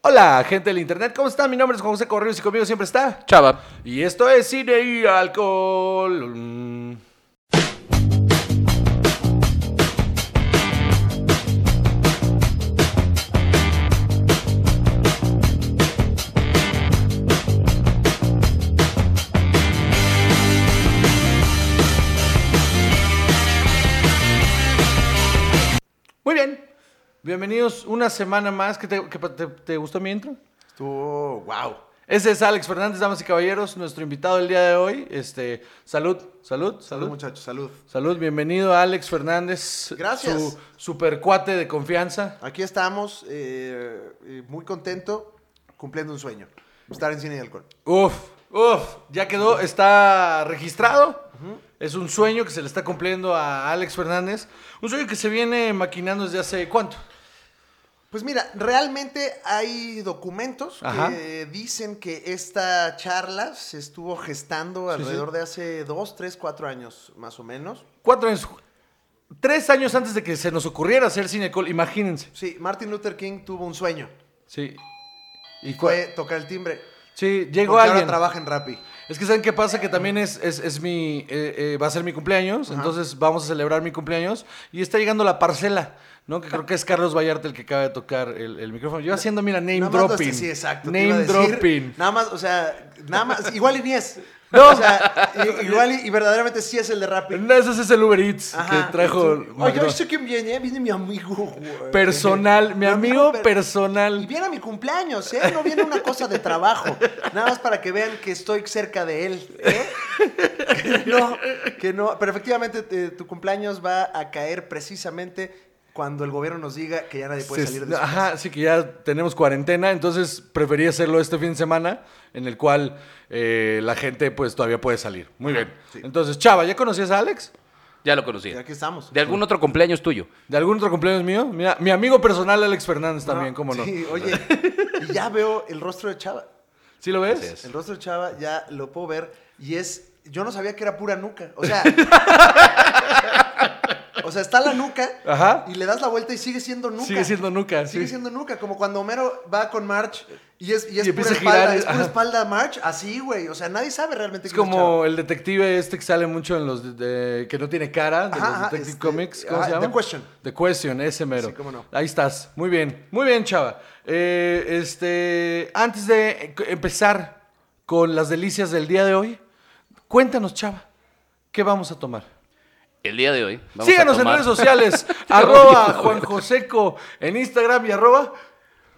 Hola, gente del internet, ¿cómo están? Mi nombre es Juan José Correos y conmigo siempre está. Chava. Y esto es Cine y Alcohol. Mm. Muy bien. Bienvenidos una semana más. ¿Qué te, qué pa- te- te gustó mi intro? Estuvo, wow. Ese es Alex Fernández, damas y caballeros, nuestro invitado del día de hoy. Este, salud, salud, Salud, salud. muchachos, salud. Salud, bienvenido Alex Fernández. Gracias. Su supercuate de confianza. Aquí estamos, eh, eh, muy contento, cumpliendo un sueño. Estar en cine y alcohol. Uf, uf, ya quedó, está registrado. Es un sueño que se le está cumpliendo a Alex Fernández. Un sueño que se viene maquinando desde hace cuánto. Pues mira, realmente hay documentos Ajá. que dicen que esta charla se estuvo gestando sí. alrededor de hace dos, tres, cuatro años más o menos. Cuatro años. Tres años antes de que se nos ocurriera hacer Cinecol, imagínense. Sí, Martin Luther King tuvo un sueño. Sí. Y cua- Fue tocar el timbre. sí, llegó Porque ahora alguien. trabaja en Rappi. Es que saben qué pasa, que también es, es, es mi, eh, eh, va a ser mi cumpleaños, entonces vamos a celebrar mi cumpleaños y está llegando la parcela, ¿no? Que creo que es Carlos Vallarta el que acaba de tocar el, el micrófono. Yo haciendo, mira, name Nada más los- dropping. sí, exacto. te iba a Name decir. dropping. Nada más, o sea, nada más. Igual y ni es. No. O sea, i- igual y, y verdaderamente sí es el de Rappi. No, ese es el Uber Eats Ajá, que trajo y tú, Oye, Macro. hoy sé quién viene, eh? viene mi amigo. güey". personal, mi amigo per- Y personal. viene a mi cumpleaños, ¿eh? No viene una cosa de trabajo. Nada más para que vean que estoy cerca de él, ¿eh? Que no, que no. Pero efectivamente eh, tu cumpleaños va a caer precisamente cuando el gobierno nos diga que ya nadie puede Se- ah. salir de su casa. Ajá, sí que ya tenemos cuarentena, entonces preferí hacerlo este fin de semana, en el cual eh, la gente pues todavía puede salir. Muy bien. Entonces, Chava, ¿ya conocías a Alex? Ya lo Y conocía. aquí estamos. ¿De algún otro cumpleaños tuyo? ¿De algún otro cumpleaños mío? Mira, mi amigo personal Alex Fernández Ah, también, cómo no. Ah, Sí, oye, y ya veo el rostro de Chava. ¿Sí lo ves? Así es. El rostro de Chava ya lo puedo ver y es. Yo no sabía que era pura nuca. O sea. o sea, está la nuca Ajá. y le das la vuelta y sigue siendo nuca. Sigue siendo nuca, Sigue sí. siendo nuca. Como cuando Homero va con March y es, y es Y pura empieza a girar, espalda. Es ajá. pura espalda March. Así, güey. O sea, nadie sabe realmente Es quién como el detective este que sale mucho en los de- de- que no tiene cara de Ajá, los ajá, Detective este, Comics. ¿Cómo ajá, se llama? The Question. The Question, ese mero. Sí, cómo no. Ahí estás. Muy bien. Muy bien, chava. Eh, este, antes de empezar con las delicias del día de hoy, cuéntanos, chava, ¿qué vamos a tomar? El día de hoy. vamos Síganos a en tomar redes sociales, arroba Juan Joseco en Instagram y arroba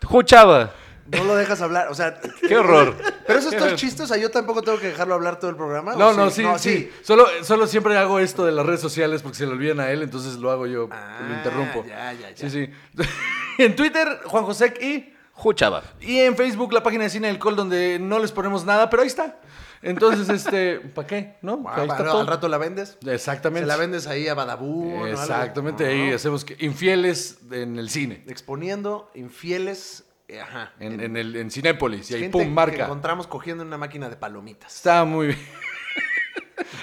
Ju Chava. es. No lo dejas hablar. O sea. Qué horror. Pero eso está chistes. O sea, yo tampoco tengo que dejarlo hablar todo el programa. ¿o No, no, sí, sí. Solo, solo siempre hago esto de las redes sociales porque se lo olvidan a él, entonces lo hago yo, Ah, lo interrumpo. ya, ya, Sí, ya. sí. en Twitter, Juan José y, Ju Chava. y en Facebook, la página de Cine del Col, donde no les ponemos nada, pero ahí está. Entonces, este, ¿para qué? ¿No? Wow, ahí está al- todo. al rato la vendes. Exactamente. Se la vendes ahí a Badabú. ¿no? Algo. Exactamente, No. ahí hacemos que- infieles en el cine, Exponiendo infieles. eh, Ajá. en, en el, en Cinépolis, y ahí gente pum, Que marca. encontramos cogiendo en una máquina de palomitas. Está muy bien.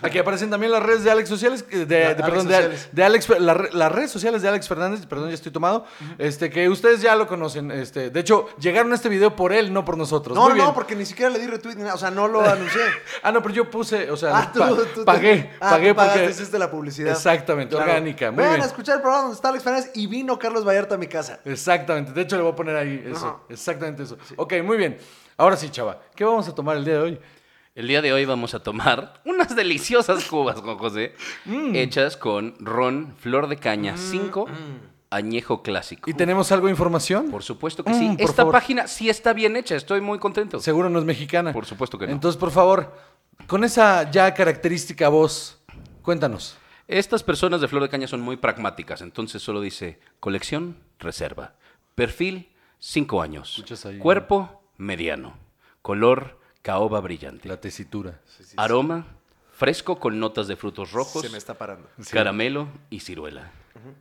Aquí aparecen también las redes de Alex Sociales, eh, de, de- Alex perdón, de- Sociales. de Alex, Fe- la re- las redes sociales de Alex Fernández, perdón, ya estoy tomado, este, que ustedes ya lo conocen, este, de hecho, llegaron a este video por él, no por nosotros. No, Pues Muy bien. no, porque ni siquiera le di retweet ni nada. O sea, no lo anuncié. Ah, no, pero yo puse, o sea, Ah, tú, pa- tú te- pagué, ah, tú pagué pagaste, porque... hiciste la publicidad. Exactamente, orgánica, muy Vayan bien. a escuchar el programa donde está Alex Fernández y vino Carlos Vallarta a mi casa. Exactamente, de hecho le voy a poner ahí eso, Ajá. exactamente eso. Ok, muy bien. Ahora sí, chava, ¿qué vamos a tomar el día de hoy? El día de hoy vamos a tomar unas deliciosas cubas, Juan José, Mm. hechas con ron, flor de caña 5, añejo clásico. mm. ¿Y tenemos algo de información? Por supuesto que Mm, sí. por Esta favor. página sí está bien hecha, estoy muy contento. Seguro no es mexicana. Por supuesto que no. Entonces, por favor, con esa ya característica voz, cuéntanos. Estas personas de Flor de Caña son muy pragmáticas, entonces solo dice colección, reserva. Perfil, 5 años. Escuchas ahí, Cuerpo, mediano. Color, caoba brillante. La tesitura. Aroma, fresco con notas de frutos rojos, Se me está parando. caramelo y ciruela.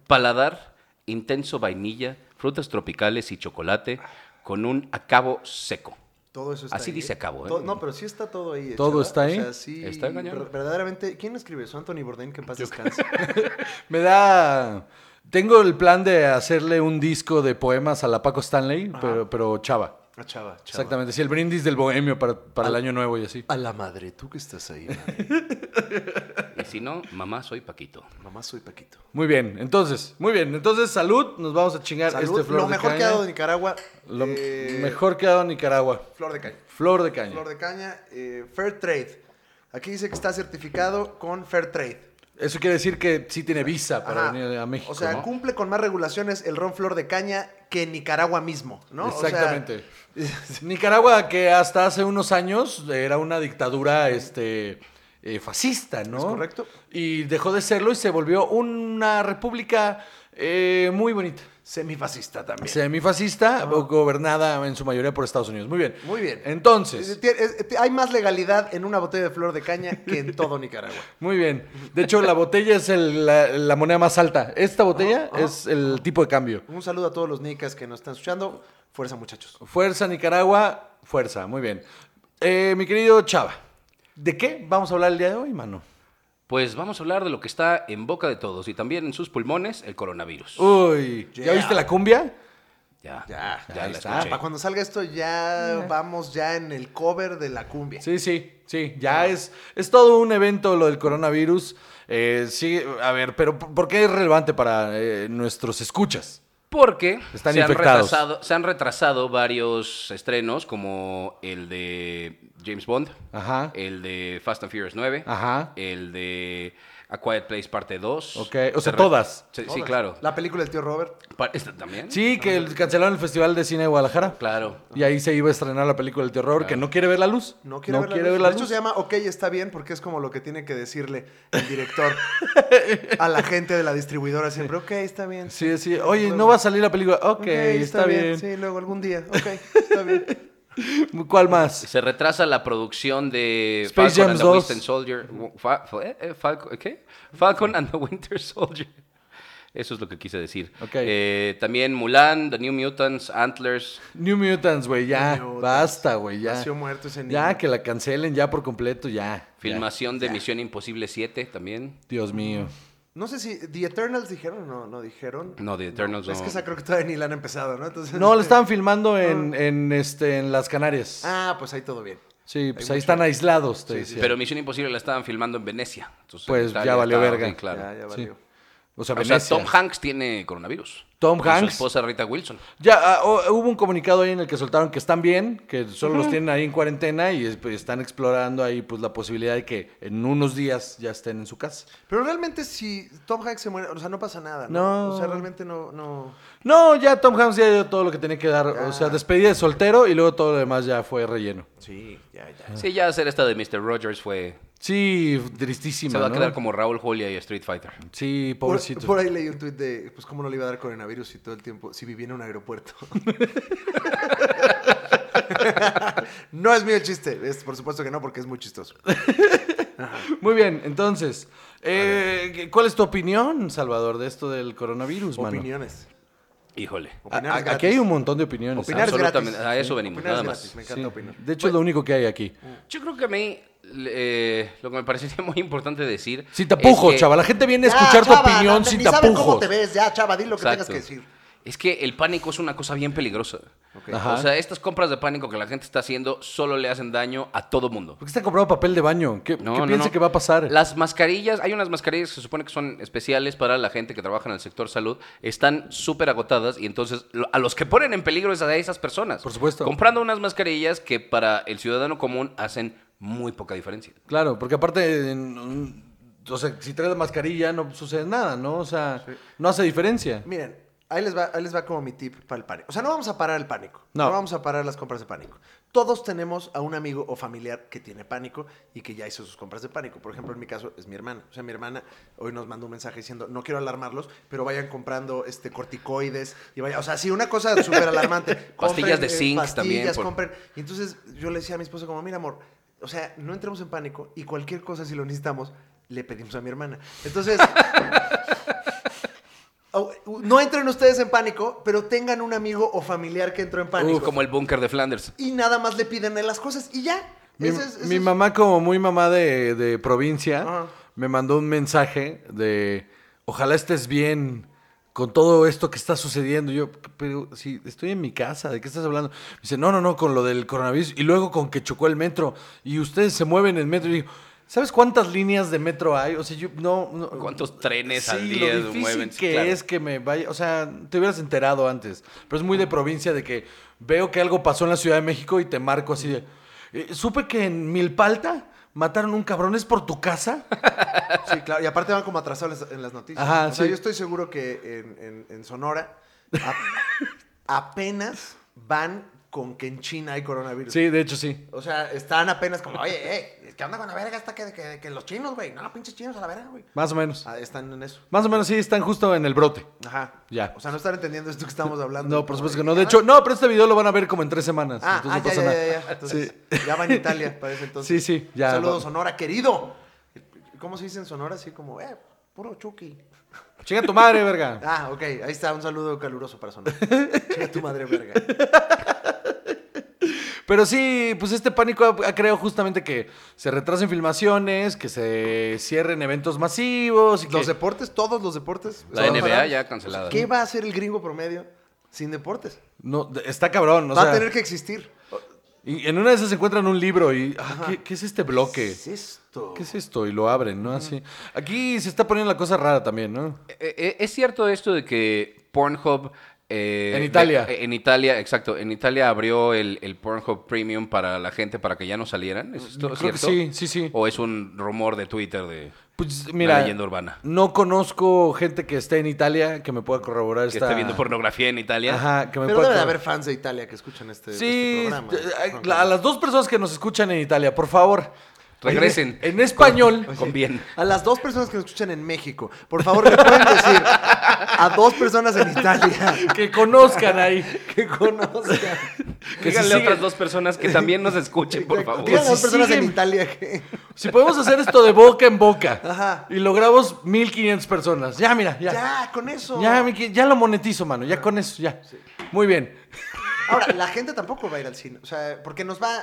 Paladar, intenso vainilla, frutas tropicales y chocolate con un acabo seco. Todo eso está Así ahí, dice acabo, ¿eh? Todo- no, pero sí está todo ahí. eh, Todo chava. está ahí. O sea, sí. Está engañado. ver- Verdaderamente, ¿quién escribe eso? Anthony Bourdain, que en paz descanse. Me da. Tengo el plan de hacerle un disco de poemas a la Paco Stanley, pero, pero chava. Chava, chava. Exactamente, sí, el brindis del bohemio para, para el año nuevo y así. A la madre, tú que estás ahí, madre. Y si no, mamá, soy Paquito. Mamá, soy Paquito. Muy bien, entonces, muy bien, entonces salud, nos vamos a chingar Salud. este flor lo de mejor caña. que ha dado Nicaragua. Lo eh, mejor que ha dado Nicaragua. Flor de caña. Flor de caña. Flor de caña, eh, Fair Trade. Aquí dice que está certificado con Fair Trade. Eso quiere decir que sí tiene visa Ah, para Ajá. venir a México. O sea, ¿no? cumple con más regulaciones el ron Flor de Caña que Nicaragua mismo, ¿no? O sea, Exactamente. Nicaragua, que hasta hace unos años era una dictadura este, eh, fascista, ¿no? Es correcto. Y dejó de serlo y se volvió una república eh, muy bonita. semifascista también. Semifascista, gobernada en su mayoría por Estados Unidos. Muy bien. Muy bien. Entonces, Es- tiene- es- hay más legalidad en una botella de Flor de Caña que en todo Nicaragua. muy bien. De hecho, la botella es el- la, la moneda más alta. Esta botella es el tipo de cambio. Un saludo a todos los nicas que nos están escuchando. Fuerza, muchachos. Fuerza Nicaragua, fuerza, muy bien. Eh, mi querido Chava, ¿de qué vamos a hablar el día de hoy, mano? Pues vamos a hablar de lo que está en boca de todos y también en sus pulmones, el coronavirus. Uh. Uy, ¿ya Yeah. viste la cumbia? ya, Ya, ya, ahí la está. escuché. Para cuando salga esto, ya vamos ya en el cover de la cumbia. Sí, sí, sí, ya es, es todo un evento lo del coronavirus. Eh, sí, a ver, pero ¿por por qué es relevante para eh, nuestros escuchas? Porque Están se, han infectados. retrasado, se han retrasado varios estrenos, como el de James Bond, Ajá, el de Fast and Furious 9, ajá. el de A Quiet Place Parte 2. Ok, o sea, re- todas. Sí, sí, Todas. claro. La película del tío Robert. Pa- ¿Esta también? Sí, que el- cancelaron el Festival de Cine de Guadalajara. Claro. Y ahí se iba a estrenar la película del terror, que no quiere ver la luz. No quiere ver la luz. De hecho, se llama Ok, está bien, porque es como lo que tiene que decirle el director a la gente de la distribuidora siempre. Ok, está bien. Sí, sí. Oye, no va a salir la película. Ok, está, bien. Sí, luego algún día. Ok, está bien. ¿Cuál más? Se retrasa la producción de Space Falcon Jams and the 2. Winter Soldier. Fa- fa- eh, eh, Falco- ¿qué? Falcon and the Winter Soldier. Eso es lo que quise decir. Ok. Eh, también Mulan, The New Mutants, Antlers. New Mutants, güey, ya. New Mutants. Basta, güey, ya. Nació muerto ese niño. Ya, que la cancelen ya por completo, ya. Filmación de Misión Imposible 7 también. Ya. Dios mío. No sé si The Eternals dijeron o no, no dijeron. No, The Eternals Es no. que esa creo que todavía ni la han empezado, ¿no? Entonces... este, No, lo estaban filmando Ah. en, en, este, en las Canarias. Ah, pues ahí todo bien. sí, pues ahí están aislados, te decía. Pero Misión Imposible la estaban filmando en Venecia. Entonces, Pues, en Italia ya valió estaba verga. bien claro. Ya, ya Sí. valió. O sea, O sea, Venecia. Tom Hanks tiene coronavirus. Tom Con Hanks. Su esposa Rita Wilson. Ya ah, oh, hubo un comunicado ahí en el que soltaron que están bien, que solo los tienen ahí en cuarentena y es- pues, están explorando ahí pues la posibilidad de que en unos días ya estén en su casa. Pero realmente si Tom Hanks se muere, o sea, no pasa nada, ¿no? No. O sea, realmente no, no... No, ya Tom Hanks ya dio todo lo que tenía que dar. Ya. O Ah. sea, despedida de soltero y luego todo lo demás ya fue relleno. Sí, ya, ya. Sí, ya hacer esta de Mr. Rogers fue... Sí, tristísima. Se va a ¿no? quedar como Raúl Julia y Street Fighter. Sí, Por, pobrecito. por ahí leí un tuit de, pues, ¿cómo no le iba a dar coronavirus si todo el tiempo, si vivía en un aeropuerto? no es mío el chiste, es, por supuesto que no, porque es muy chistoso. Pues, Muy bien, entonces, eh, ¿cuál es tu opinión, Salvador, de esto del coronavirus, mano? Opiniones. Híjole. A- a- Opiniones aquí gratis. hay un montón de opiniones. Opinar Ah, es Absolutamente, a eso venimos, Opinar nada es más. gratis, Me encanta sí. opinar. De hecho, es lo único que hay aquí. Yo creo que a mí le- eh, lo que me parecería muy importante decir... Sin tapujos, es que- chaval. La gente viene a Ya, escuchar tu Ah, chava, opinión ni sin saben cómo tapujos. te ves, ya, chava, di lo que Exacto. tengas que decir. Es que el pánico es una cosa bien peligrosa. Ok. Ajá. O sea, estas compras de pánico que la gente está haciendo solo le hacen daño a todo mundo. ¿Por qué está comprando papel de baño? ¿Qué, No, qué no, piensa no. que va a pasar? Las mascarillas, hay unas mascarillas que se supone que son especiales para la gente que trabaja en el sector salud, están súper agotadas y entonces lo- a los que ponen en peligro es a esas personas. Por supuesto. Comprando unas mascarillas que para el ciudadano común hacen muy poca diferencia. Claro, porque aparte, en- en- o sea, si traes la mascarilla no sucede nada, ¿no? O sea, no hace diferencia. Miren, ahí les, va, ahí les va como mi tip para el pánico. O sea, no vamos a parar el pánico. No. No. vamos a parar las compras de pánico. Todos tenemos a un amigo o familiar que tiene pánico y que ya hizo sus compras de pánico. Por ejemplo, en mi caso es mi hermana. O sea, mi hermana hoy nos mandó un mensaje diciendo, no quiero alarmarlos, pero vayan comprando este, corticoides y vaya. O sea, sí, una cosa súper alarmante. Pastillas Compren, eh, de zinc pastillas, también, por- compren. Y entonces yo le decía a mi esposa como, mira, amor, o sea, no entremos en pánico y cualquier cosa si lo necesitamos, le pedimos a mi hermana. Entonces... Oh, No entren ustedes en pánico, pero tengan un amigo o familiar que entró en pánico. Uf, Uh, como el búnker de Flanders. Y nada más le piden las cosas y ya. Mi, Ese es- ese mi es- mamá, como muy mamá de, de provincia, Ajá. me mandó un mensaje de ojalá estés bien. con todo esto que está sucediendo. Yo, pero si estoy en mi casa, ¿de qué estás hablando? Me dice, no, no, no, con lo del coronavirus y luego con que chocó el metro y ustedes se mueven en el metro. Y digo, ¿sabes cuántas líneas de metro hay? O sea, yo no. no- ¿Cuántos trenes al Sí, día lo difícil mueven? Sí, que claro. es que me vaya. O sea, te hubieras enterado antes. Pero es muy de provincia de que veo que algo pasó en la Ciudad de México y te marco así de. "Eh, supe que en Milpalta mataron un cabrón, ¿es por tu casa? Sí, claro. Y aparte van como atrasados en las- en las noticias. Ajá, o sea, sí. yo estoy seguro que en, en- en Sonora a- apenas van con que en China hay coronavirus. Sí, de hecho sí. O sea, están apenas como, oye, eh, ¿qué onda con la verga esta que, que- que los chinos, güey? No, pinches chinos a la verga, güey. Más o menos. Ah, están en eso. Más o menos sí, están justo en el brote. Ajá. Ya. O sea, no están entendiendo esto que estamos hablando. No, por supuesto que Como no. De ah, hecho, no, pero este video lo van a ver como en tres semanas. Ah, entonces ah, no ya, pasa ya, nada. ya, ya. Entonces, ya va en Italia, parece Sí, entonces. sí, ya Saludos, va. Sonora, querido. ¿Cómo se dice en Sonora? Así como, eh, puro chuki. Chinga tu madre, verga. Ah, ok, ahí está, un saludo caluroso para Sonora. Chinga tu madre, verga. Pero sí, pues este pánico ha, ha creado justamente que se retrasen filmaciones, que se cierren eventos masivos. Y que... Los deportes, todos los deportes. La se van a NBA parar. ya cancelada. ¿Qué va a hacer el gringo promedio sin deportes? No, de- está cabrón. O va sea, a tener que existir. y en una de esas se encuentran un libro y. ah, ¿qué, qué es este bloque? ¿Qué es esto? ¿Qué es esto? Y lo abren, ¿no? Así. Aquí se está poniendo la cosa rara también, ¿no? Eh, eh, ¿Es cierto esto de que Pornhub... eh, En Italia. de- eh, en Italia, exacto. En Italia abrió el, el Pornhub Premium para la gente para que ya no salieran. ¿Es esto Creo que cierto? sí, sí, sí. ¿O es un rumor de Twitter de Pues una mira, leyenda urbana? no conozco gente que esté en Italia que me pueda corroborar Que esta. esté viendo pornografía en Italia. Ajá, que me Pero pueda debe corroborar. de haber fans de Italia que escuchan este, Sí, este programa. eh, ¿no? a a las dos personas que nos escuchan en Italia, por favor. Regresen. En, en español. Con- con bien. A las dos personas que nos escuchan en México, por favor, le pueden decir a dos personas en Italia Que conozcan ahí. que conozcan. Que Díganle a otras dos personas que también nos escuchen, por favor. Díganle a Que dos si personas en siguen- Italia que. Si podemos hacer esto de boca en boca Ajá. y logramos 1500 personas. Ya, mira, ya. Ya, Ya, con eso. mi que- ya lo monetizo, mano. Ya con eso, ya. Muy bien. Ahora, la gente tampoco va a ir al cine. O sea, porque nos va.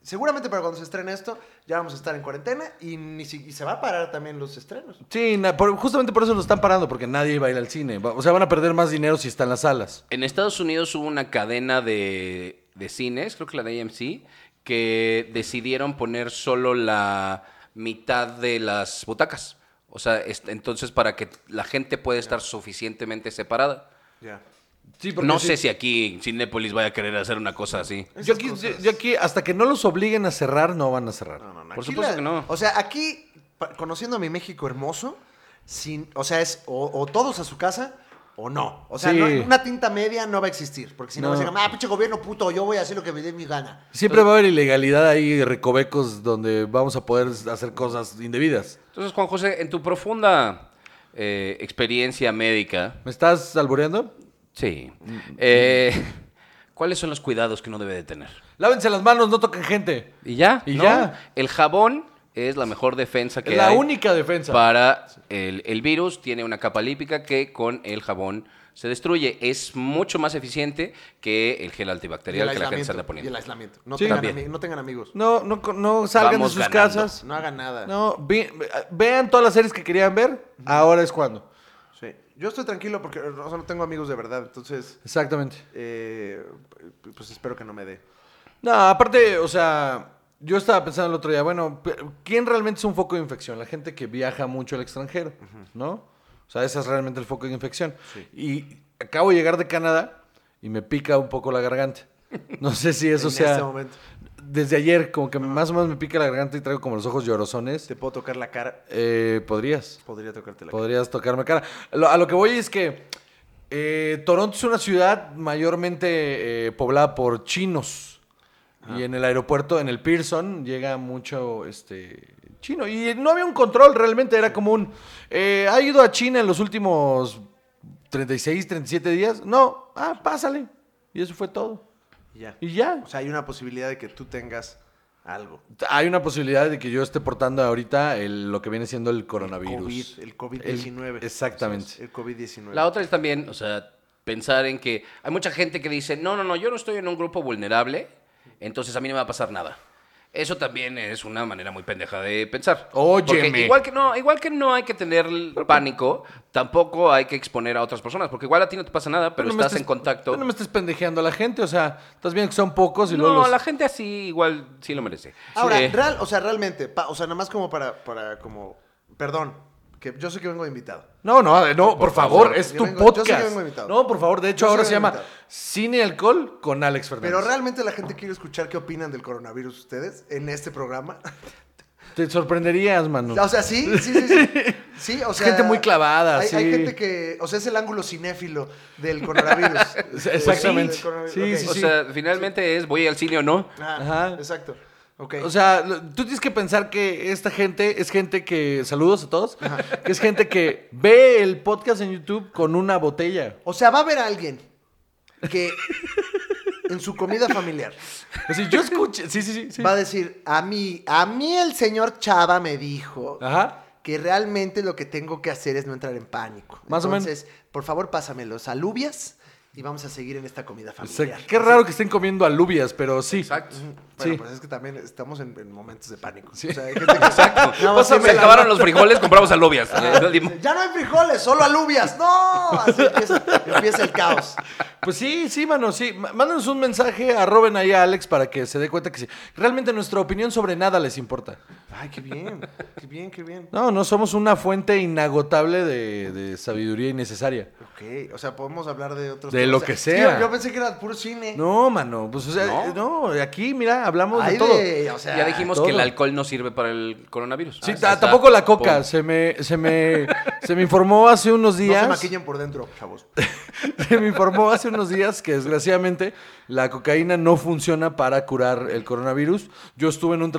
Seguramente para cuando se estrene esto, ya vamos a estar en cuarentena y, ni si- y se va a parar también los estrenos. Sí, na- por- justamente por eso lo están parando, porque nadie va a ir al cine. Va- O sea, van a perder más dinero si están las salas. En Estados Unidos hubo una cadena de, de cines, creo que la de AMC, que decidieron poner solo la mitad de las butacas. O sea, es- entonces para que la gente pueda estar suficientemente separada. Ya. Sí, porque No sí- sé si aquí Cinépolis vaya a querer hacer una cosa así. Yo aquí, yo- yo aquí, hasta que no los obliguen a cerrar, no van a cerrar. No, no, no. Por Aquí supuesto la- que no. O sea, aquí, pa- conociendo a mi México hermoso, sin, o sea, es o, o todos a su casa o no. O sea, Sí. no- una tinta media no va a existir. Porque si no, No. vas a decir, ah, pinche gobierno puto, yo voy a hacer lo que me dé mi gana. Siempre va a haber ilegalidad ahí, recovecos donde vamos a poder hacer cosas indebidas. Entonces, Juan José, en tu profunda eh, experiencia médica, ¿Me estás albureando? sí, eh, ¿cuáles son los cuidados que uno debe de tener? Lávense las manos, no toquen gente. Y ya, Y ¿no? ya. El jabón es la mejor defensa que Es la hay única defensa. para el, el virus. Tiene una capa lípica que con el jabón se destruye. Es mucho más eficiente que el gel Y el antibacterial que la gente se aislamiento. Y anda el poniendo. aislamiento. No, Sí. tengan, También. ami- no tengan amigos. No, no, no salgan Vamos de sus ganando. casas. No hagan nada. No, vi- vean todas las series que querían ver. Ahora es cuando. Sí. Yo estoy tranquilo porque o sea, no tengo amigos de verdad. Entonces, Exactamente. eh, pues espero que no me dé. No, aparte, o sea, yo estaba pensando el otro día, bueno, pe- ¿quién realmente es un foco de infección? La gente que viaja mucho al extranjero, ¿no? O sea, ese es realmente el foco de infección. Y acabo de llegar de Canadá y me pica un poco la garganta. No sé si eso En sea. este momento. Desde ayer, como que más o menos me pica la garganta y traigo como los ojos llorosones. Te puedo tocar la cara. Eh, ¿Podrías? Podría tocarte la cara. Podrías tocarme cara. Lo- a lo que voy es que eh, Toronto es una ciudad mayormente eh, poblada por chinos. Y en el aeropuerto, en el Pearson, llega mucho este chino. Y no había un control realmente, era como un... eh, ¿Ha ido a China en los últimos 36, 37 días? No. Ah, pásale. Y eso fue todo. Y ya. Y ya. O sea, hay una posibilidad de que tú tengas algo. Hay una posibilidad de que yo esté portando ahorita el- lo que viene siendo el coronavirus. COVID, el COVID-19. El- exactamente. Así es, El COVID-19. La otra es también, o sea, pensar en que hay mucha gente que dice, no, no, no, yo no estoy en un grupo vulnerable, entonces a mí no me va a pasar nada. Eso también es una manera muy pendeja de pensar. Óyeme. Porque igual que no, igual que no hay que tener el pánico, tampoco hay que exponer a otras personas, porque igual a ti no te pasa nada, pero No me estás estés- en contacto. No me estés pendejeando a la gente, o sea, estás viendo que son pocos y no, luego los- la gente así igual sí lo merece. Ahora, Eh, real, o sea, realmente, pa- o sea, nada más como para, para, como, perdón, que yo sé que vengo de invitado. No, no, no, por, favor, favor, es yo tu vengo- yo sí que podcast. vengo invitado. No, por favor, de hecho Yo sí ahora vengo se llama invitado. Cine y Alcohol con Alex Fernández. Pero realmente la gente quiere escuchar qué opinan del coronavirus ustedes en este programa. Te sorprenderías, Manu. O sea, sí, sí, sí. Sí, Sí, o sea. gente muy clavada, hay, sí. hay gente que. O sea, es el ángulo cinéfilo del coronavirus. Pues Exactamente. Del coronavirus. Sí, Ok. sí, o sí. sea, finalmente es voy al cine o no. Ah, Ajá. Exacto. Ok. O sea, lo- tú tienes que pensar que esta gente es gente que. Saludos a todos. Que es gente que ve el podcast en YouTube con una botella. O sea, va a haber alguien que en su comida familiar O sea, yo escuché. Sí, sí, sí. sí. va a decir, a mí, a mí el señor Chava me dijo Ajá. que realmente lo que tengo que hacer es no entrar en pánico. Más o menos. Entonces, por favor, pásame los alubias y vamos a seguir en esta comida O sea, familiar. qué raro que estén comiendo alubias, pero sí. Exacto. Bueno, Sí. pues es que también estamos en, en momentos de pánico. O sea, hay gente que- Nada más Se tiene la- acabaron los frijoles, compramos alubias. Eh, Ya no hay frijoles, solo alubias. ¡No! Así empieza, empieza el caos. Pues sí, sí, mano, sí. M- Mándanos un mensaje, arroben ahí a Alex para que se dé cuenta que sí. Realmente nuestra opinión sobre nada les importa. Ay, qué bien. Qué bien, qué bien. No, no somos una fuente inagotable de, de sabiduría innecesaria. Ok, o sea, podemos hablar de otros De temas. lo O que sí, sea. yo, yo pensé que era puro cine. No, mano, pues o sea, No. eh, no, aquí, mira, hablamos Ay, de todo. de- o sea, Ya dijimos todo. que el alcohol no sirve para el coronavirus. Sí, Ah, ta- está- tampoco la coca. pum. Se me, se me, se me informó hace unos no se días. maquillen por dentro, chavos. se me informó hace unos días que desgraciadamente la cocaína no funciona para curar el coronavirus. Yo estuve en un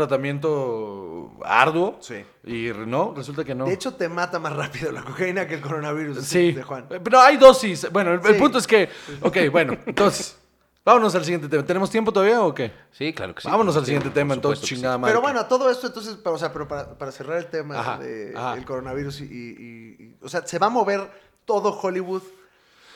tratamiento arduo. Sí. Y re- no, resulta que no. De hecho, te mata más rápido la cocaína que el coronavirus. sí. De Juan. Pero hay dosis. Bueno, el, el Sí. punto es que. Ok, bueno, entonces. Vámonos al siguiente tema. ¿Tenemos tiempo todavía o qué? Sí, claro que sí. Vámonos al Sí, siguiente por tema, entonces, supuesto que sí. chingada madre. Pero bueno, todo esto, entonces, para, o sea, pero para, para cerrar el tema Ajá, del ajá. coronavirus y, y- y- O sea, se va a mover todo Hollywood.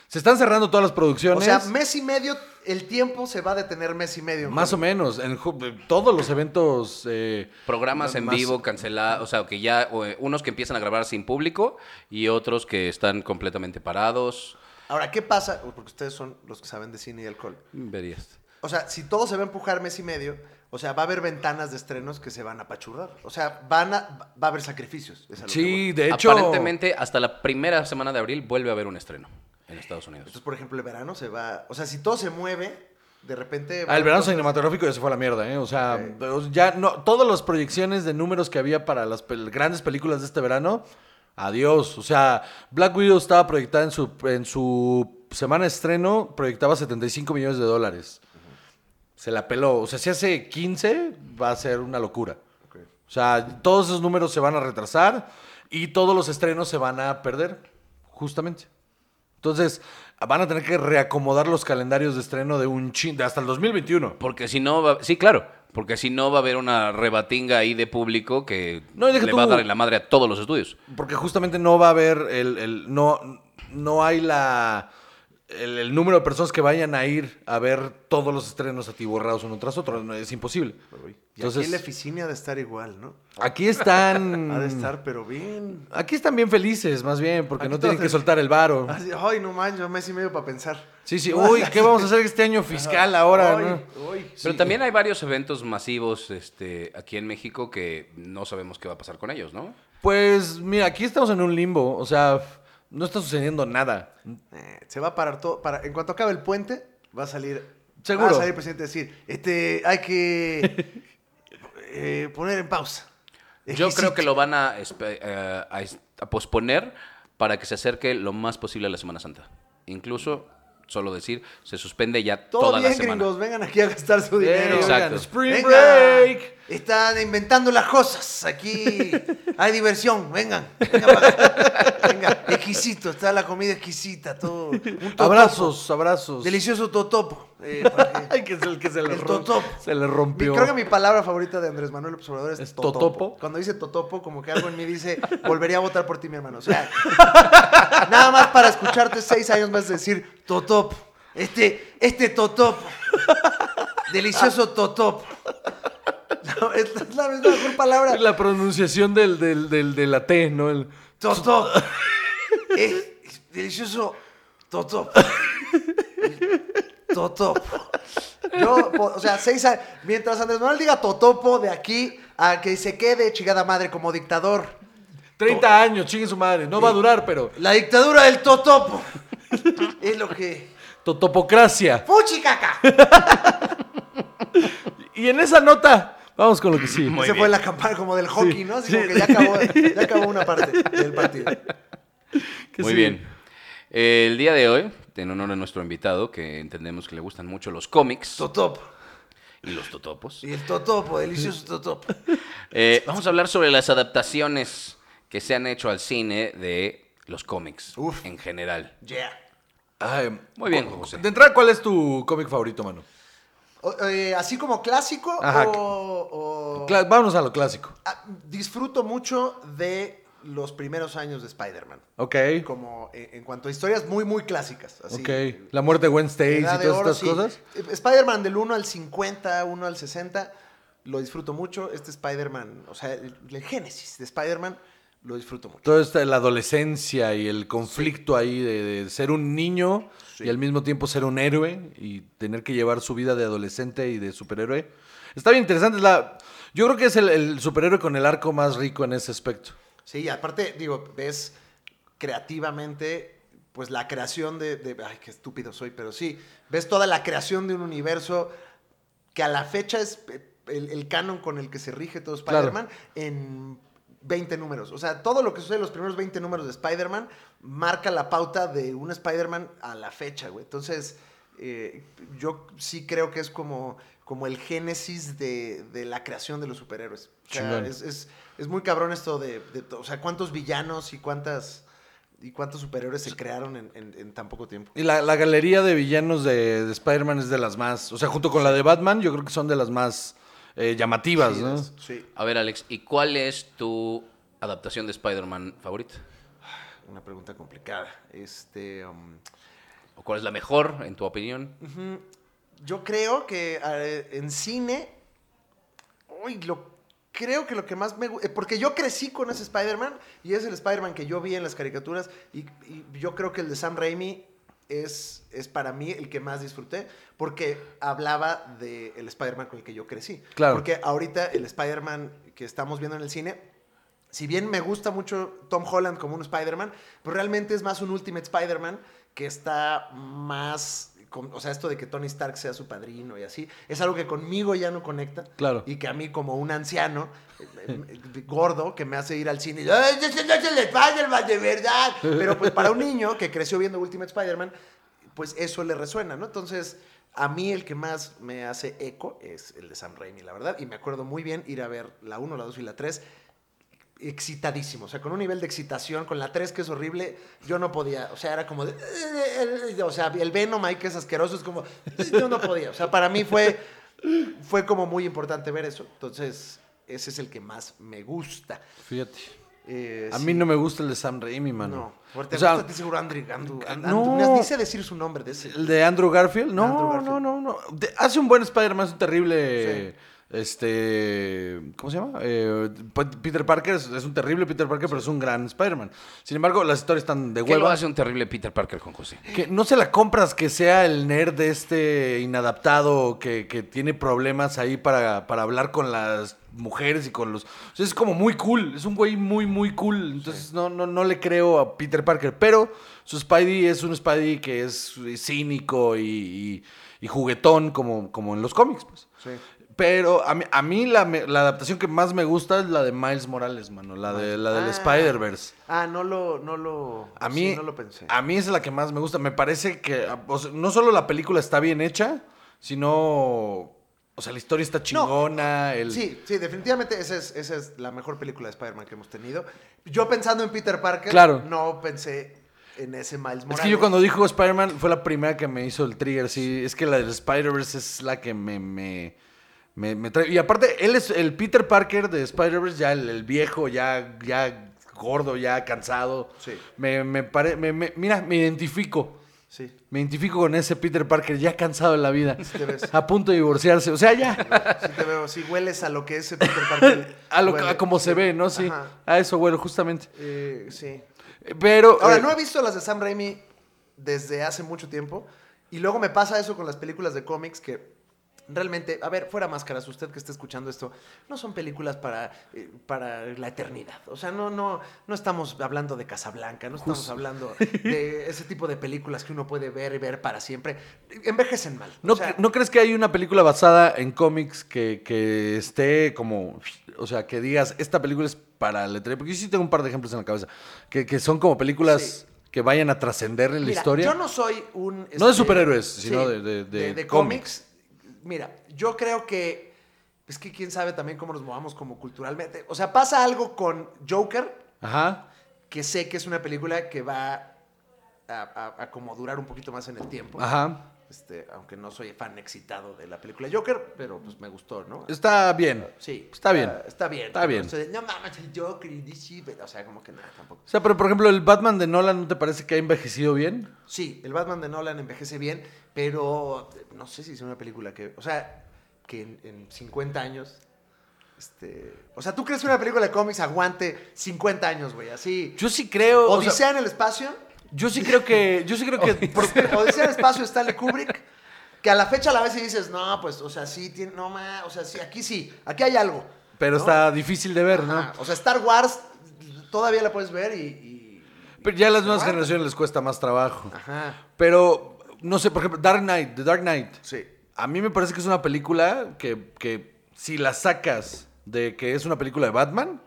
Se están cerrando todas las O producciones. sea, mes y medio, el tiempo se va a detener mes y medio. en más o Hollywood. menos. En ju- eh, todos los eventos. eh, Programas en más- vivo cancelados, o sea, que ya o, eh, unos que empiezan a grabar sin público y otros que están completamente parados. Ahora, ¿qué pasa? Porque ustedes son los que saben de cine y alcohol. Verías. O sea, si todo se va a empujar mes y medio, o sea, va a haber ventanas de estrenos que se van a apachurrar. O sea, van a, va a haber sacrificios. es a lo que voy. Sí, de hecho. Aparentemente, hasta la primera semana de abril vuelve a haber un estreno en Estados Unidos. Entonces, por ejemplo, el verano se va... O sea, si todo se mueve, de repente... Ah, el verano cinematográfico ya se fue a la mierda, ¿eh? O sea, o- ya no, todas las proyecciones de números que había para las pel- grandes películas de este verano, adiós. O sea, Black Widow estaba proyectada en su, en su semana de estreno, proyectaba 75 millones de dólares. Se la peló. O sea, si hace 15, va a ser una locura. Ok. O sea, todos esos números se van a retrasar y todos los estrenos se van a perder, justamente. Entonces, van a tener que reacomodar los calendarios de estreno de un chin, de hasta el 2021. Porque si no, va- sí, claro, porque si no va a haber una rebatinga ahí de público que No, y deja le tú- va a dar en la madre a todos los estudios. Porque justamente no va a haber el, el- no, no hay la el, el número de personas que vayan a ir a ver todos los estrenos atiborrados uno tras otro. No, Es imposible. Y aquí en la Entonces, oficina ha de estar igual, ¿no? aquí están. Ha de estar, pero bien... Aquí están bien felices, más bien, porque Aquí Ah, no tienen todos- que soltar el varo. Así, Ay, no manches, mes y medio para pensar. Sí, sí. Uy, ¿qué vamos a hacer este año fiscal ahora? Ay, no? ay. Pero también hay varios eventos masivos este, aquí en México que no sabemos qué va a pasar con ellos, ¿no? Pues mira, aquí estamos en un limbo. O sea, no está sucediendo nada. Eh, se va a parar todo. Para, en cuanto acabe el puente, va a salir. Seguro. Va a salir el presidente a decir: este, hay que eh, poner en pausa. Yo creo que lo van a, espe- eh, a es- a posponer para que se acerque lo más posible a la Semana Santa. Incluso, solo decir, se suspende ya Todo toda bien, la semana. gringos, vengan aquí a gastar su dinero. Eh, Exacto. oigan, Spring Venga, Break. Están inventando las cosas. Aquí hay diversión. Vengan. Vengan, para acá. venga. Exquisito. Está la comida exquisita. Todo. Un totopo, Abrazos, abrazos. Delicioso totopo. eh, para que- Ay, que es el que se le, El rom- totopo. se le Mi- rompió. creo que mi palabra favorita de Andrés Manuel López Obrador es, ¿Es totopo. totopo? Cuando dice totopo, como que algo en mí dice, volvería a votar por ti, mi hermano. O sea, nada más para escucharte seis años más decir totopo. Este, este totopo. Delicioso totopo. es la- es la, es la mejor palabra. La pronunciación del, del, del, de la T, ¿no? El- Toto. es delicioso. Toto. Totopo. Yo, po- o sea, seis años. Mientras Andrés Manuel diga Totopo de aquí a que se quede chingada madre como dictador. 30 años, chingue su madre. No va a durar, pero. La dictadura del Totopo. es lo que. Totopocracia. ¡Puchicaca! Y en esa nota, vamos con lo que sí. Muy Ese fue bien. la campana como del hockey, ¿no? Así sí. como que ya acabó, ya acabó una parte del partido. Que Muy sí. bien. Eh, el día de hoy, en honor a nuestro invitado, que entendemos que le gustan mucho los cómics Totopo. y los totopos, Y el Totopo, delicioso Totopo. eh, vamos a hablar sobre las adaptaciones que se han hecho al cine de los cómics Uf. en general. Yeah. Ay, Muy bien, cu- José. De entrada, ¿cuál es tu cómic favorito, mano? O- eh, así como clásico Ajá. o, o- Cla- vámonos a lo clásico. Ah, disfruto mucho de los primeros años de Spider-Man. Ok. Como eh, en cuanto a historias muy, muy clásicas. Así, ok. La muerte de Wednesday y Edad todas de Oro, estas sí. cosas. Eh, Spider-Man del 1 al 50, 1 al 60, lo disfruto mucho. Este Spider-Man, o sea, el, el génesis de Spider-Man, lo disfruto mucho. Todo está la adolescencia y el conflicto ahí de, de ser un niño y al mismo tiempo ser un héroe y tener que llevar su vida de adolescente y de superhéroe. Está bien interesante. es la, yo creo que es el, el superhéroe con el arco más rico en ese aspecto. Sí, y aparte, digo, ves creativamente, pues la creación de, de- Ay, qué estúpido soy, pero sí. Ves toda la creación de un universo que a la fecha es eh, el, el canon con el que se rige todo Claro. Spider-Man en 20 números. O sea, todo lo que sucede en los primeros 20 números de Spider-Man marca la pauta de un Spider-Man a la fecha, güey. Entonces, eh, yo sí creo que es como, como el génesis de, de la creación de los superhéroes. O sea, Chingón. es, es- es muy cabrón esto de, de to- o sea, cuántos villanos y cuántas y cuántos superhéroes se crearon en, en- en tan poco tiempo. Y la, la galería de villanos de, de Spider-Man es de las más. O sea, junto con la de Batman, yo creo que son de las más eh, llamativas, ¿no? Sí, sí. A ver, Alex, ¿y cuál es tu adaptación de Spider-Man favorita? una pregunta complicada. Este, um, ¿O cuál es la mejor, en tu opinión? yo creo que eh, en cine, uy, lo, creo que lo que más me gusta, porque yo crecí con ese Spider-Man y es el Spider-Man que yo vi en las caricaturas y, y yo creo que el de Sam Raimi es, es para mí el que más disfruté porque hablaba del el Spider-Man con el que yo crecí. Claro. Porque ahorita el Spider-Man que estamos viendo en el cine si bien me gusta mucho Tom Holland como un Spider-Man, pero realmente es más un Ultimate Spider-Man que está más... con- o sea, esto de que Tony Stark sea su padrino y así, es algo que conmigo ya no conecta. Claro. Y que a mí como un anciano eh, eh, gordo que me hace ir al cine y ¡Ay, ese no es el Spider-Man de verdad! Pero pues para un niño que creció viendo Ultimate Spider-Man, pues eso le resuena, ¿no? Entonces, a mí el que más me hace eco es el de Sam Raimi, la verdad. Y me acuerdo muy bien ir a ver la 1, la 2 y la 3 excitadísimo, o sea, con un nivel de excitación, con la 3 que es horrible, yo no podía, o sea, era como, de- o sea, el Venom ahí que es asqueroso, es como, yo no podía, o sea, para mí fue, fue como muy importante ver eso, entonces, ese es el que más me gusta. Fíjate. Eh, A sí, mí no me gusta el de Sam Raimi, mano. No, porque O sea, a ti seguro Andrew, Andrew, Andrew, no. Andrew- ni sé decir su nombre de ese. ¿El de Andrew Garfield? No, Andrew Garfield. no, no, no. De- hace un buen Spider-Man, es un terrible. Este. ¿Cómo se llama? Eh, Pa- Peter Parker es, es un terrible Peter Parker, pero es un gran Spider-Man. Sin embargo, las historias están de ¿Qué lo hueva. hace un terrible Peter Parker con José? Que no se la compras que sea el nerd de este inadaptado que, que tiene problemas ahí para, para hablar con las mujeres y con los. o sea, es como muy cool. Es un güey muy, muy cool. Entonces no, no, no le creo a Peter Parker. Pero su Spidey es un Spidey que es cínico y, y- y juguetón, como, como en los cómics, pues. Sí. Pero a mí, a mí la, me- la adaptación que más me gusta es la de Miles Morales, mano. La, de, la del Ah. Spider-Verse. Ah, no lo, no lo, A sí, mí, no lo pensé. a mí es la que más me gusta. Me parece que a- o sea, no solo la película está bien hecha, sino. O sea, la historia está chingona. el- Sí, sí, definitivamente esa es, esa es la mejor película de Spider-Man que hemos tenido. Yo pensando en Peter Parker, Claro. no pensé en ese Miles Morales. Es que yo cuando dijo Spider-Man fue la primera que me hizo el trigger. Sí, es que la del Spider-Verse es la que me, me, me- me trae. Y aparte, él es el Peter Parker de Spider-Verse, ya el, el viejo, ya, ya gordo, ya cansado. Sí. Me, me pare- me- me- mira, me identifico. Sí. Me identifico con ese Peter Parker ya cansado de la vida, Sí te ves. a punto de divorciarse. O sea, ya, Sí te veo, sí hueles a lo que es Peter Parker. a, lo, huele. a como se ve, ¿no? Sí, Ajá. a eso, bueno, justamente. Eh, sí. Pero. Ahora, eh, no he visto las de Sam Raimi desde hace mucho tiempo. Y luego me pasa eso con las películas de cómics que realmente, a ver, fuera máscaras, usted que está escuchando esto, no son películas para, eh, para la eternidad. O sea, no, no, no estamos hablando de Casablanca, no estamos hablando de ese tipo de películas que uno puede ver y ver para siempre. Envejecen mal. ¿No, O sea, cre- no crees que hay una película basada en cómics que, que esté como. O sea, que digas, esta película es para la eternidad? Porque yo sí tengo un par de ejemplos en la cabeza. Que, que son como películas que vayan a trascender en la Mira, historia. Yo no soy un. este, No de superhéroes, sino de- de- de cómics. Mira, yo creo que. Es que quién sabe también cómo nos movamos como culturalmente. O sea, pasa algo con Joker, Ajá. que sé que es una película que va a, a- a como durar un poquito más en el tiempo. Ajá. Este, aunque no soy fan excitado de la película Joker, pero pues me gustó, ¿no? Está bien. sí. está bien. Está bien. Está bien. No, soy de, "No mames, el Joker y DC", pero, O sea, como que nada, tampoco. O sea, pero por ejemplo, el Batman de Nolan, ¿no te parece que ha envejecido bien? Sí, el Batman de Nolan envejece bien, pero no sé si es una película que. O sea, que en, en 50 años. Este, o sea, ¿tú crees que una película de cómics aguante 50 años, güey? Así. Yo sí creo. o sea, Odisea en el espacio. yo sí creo que. Yo sí creo que. por- Odisea en el espacio, Stanley Kubrick. Que a la fecha la ves y dices, no, pues, o sea, sí, tiene, no más. O sea, sí, aquí sí, aquí hay algo. pero ¿no? está difícil de ver, Ajá, ¿no? O sea, Star Wars todavía la puedes ver y. y- Pero ya a las nuevas Ah. generaciones les cuesta más trabajo. ajá. Pero, no sé, por ejemplo, Dark Knight, The Dark Knight. Sí. A mí me parece que es una película que, que si la sacas de que es una película de Batman,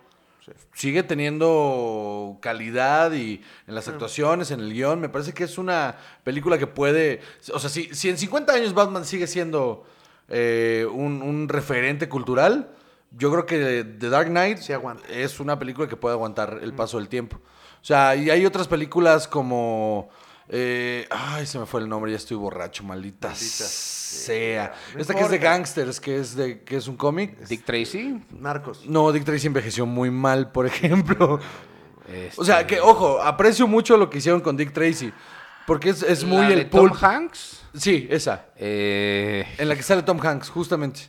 sigue teniendo calidad y en las actuaciones, en el guión. Me parece que es una película que puede. O sea, si, si en 50 años Batman sigue siendo eh, un, un referente cultural, yo creo que The Dark Knight Sí aguanta. es una película que puede aguantar Mm. el paso del tiempo. O sea, y hay otras películas como. eh, ay, se me fue el nombre, ya estoy borracho, maldita, sea. no Esta que es de importa. Gangsters, que es de que es un cómic. Dick Tracy. Narcos. No, Dick Tracy envejeció muy mal, por ejemplo. este, O sea, que, ojo, aprecio mucho lo que hicieron con Dick Tracy. Porque es, es muy la de el Tom pulp. Hanks. Sí, esa. Eh, En la que sale Tom Hanks, justamente.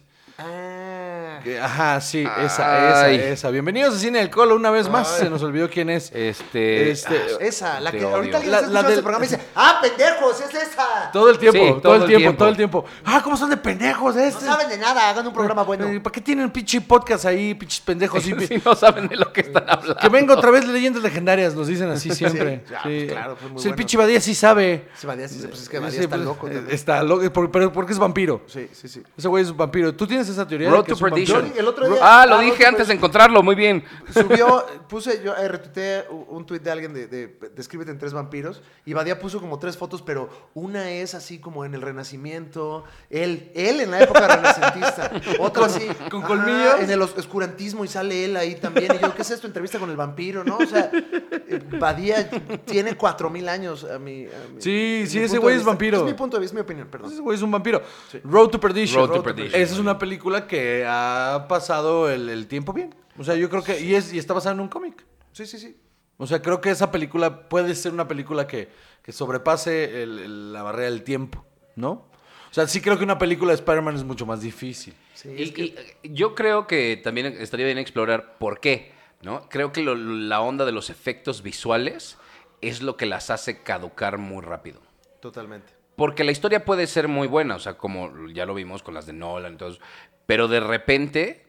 Ah. Que- Ajá, sí, esa, Ay. esa, esa. Bienvenidos a Cine del Colo una vez más. Ay. Se nos olvidó quién es. este. Este, ah, Esa, la te que odio. ahorita alguien La- está la escuchando del- este programa y dice, ¡ah, pendejos! ¡Es esa! Todo el tiempo, Sí, todo, el tiempo, todo el tiempo. Ah, ¿cómo son de pendejos No estos? saben de nada, hagan un programa Eh, bueno. ¿Para qué tienen pinche podcast ahí, pinches pendejos? Y- si no saben de lo que están hablando. Que venga otra vez de leyendas legendarias, nos dicen así siempre. ya, Sí. pues claro, fue muy Si el bueno. pinche Badía sí sabe. Sí, Badía sí, pues es que Sí, Badía está pues, loco eh, también. Está loco, por- pero porque es vampiro. Sí, sí, sí. Ese güey es un vampiro. ¿Tú tienes esa teoría? de Road que to es un vampiro? Perdition. Yo el otro día- Ah, lo Ah, Road dije to antes de encontrarlo. Muy bien. Subió, puse, yo eh, retuiteé u- un tweet de alguien de, de, Descríbete en tres vampiros. Y Badía puso como tres fotos, pero una es así como en el Renacimiento. Él, él en la época renacentista. Otro así. ¿Con ajá, colmillos? En el os- oscurantismo y sale él ahí también. Y yo, ¿qué es esto? Entrevista con el vampiro, ¿no? O sea, eh, Badía tiene cuatro mil años a mi. a mi- Sí, a sí, mi ese punto güey de es vista. vampiro. Es mi punto de vista, es mi opinión, perdón. Ese güey es un vampiro. Road to Perdition. Road to Perdition. Esa es una película que ha pasado el, el tiempo bien. O sea, yo creo que. Y, es, y está basada en un cómic. Sí, sí, sí. O sea, creo que esa película puede ser una película que, que sobrepase el- el- la barrera del tiempo, ¿no? O sea, sí creo que una película de Spider-Man es mucho más difícil. Sí, Y, es que- y, eh, yo creo que también estaría bien explorar por qué, ¿no? Creo que lo- la onda de los efectos visuales es lo que las hace caducar muy rápido. Totalmente. Porque la historia puede ser muy buena, o sea, como ya lo vimos con las de Nolan, entonces, pero de repente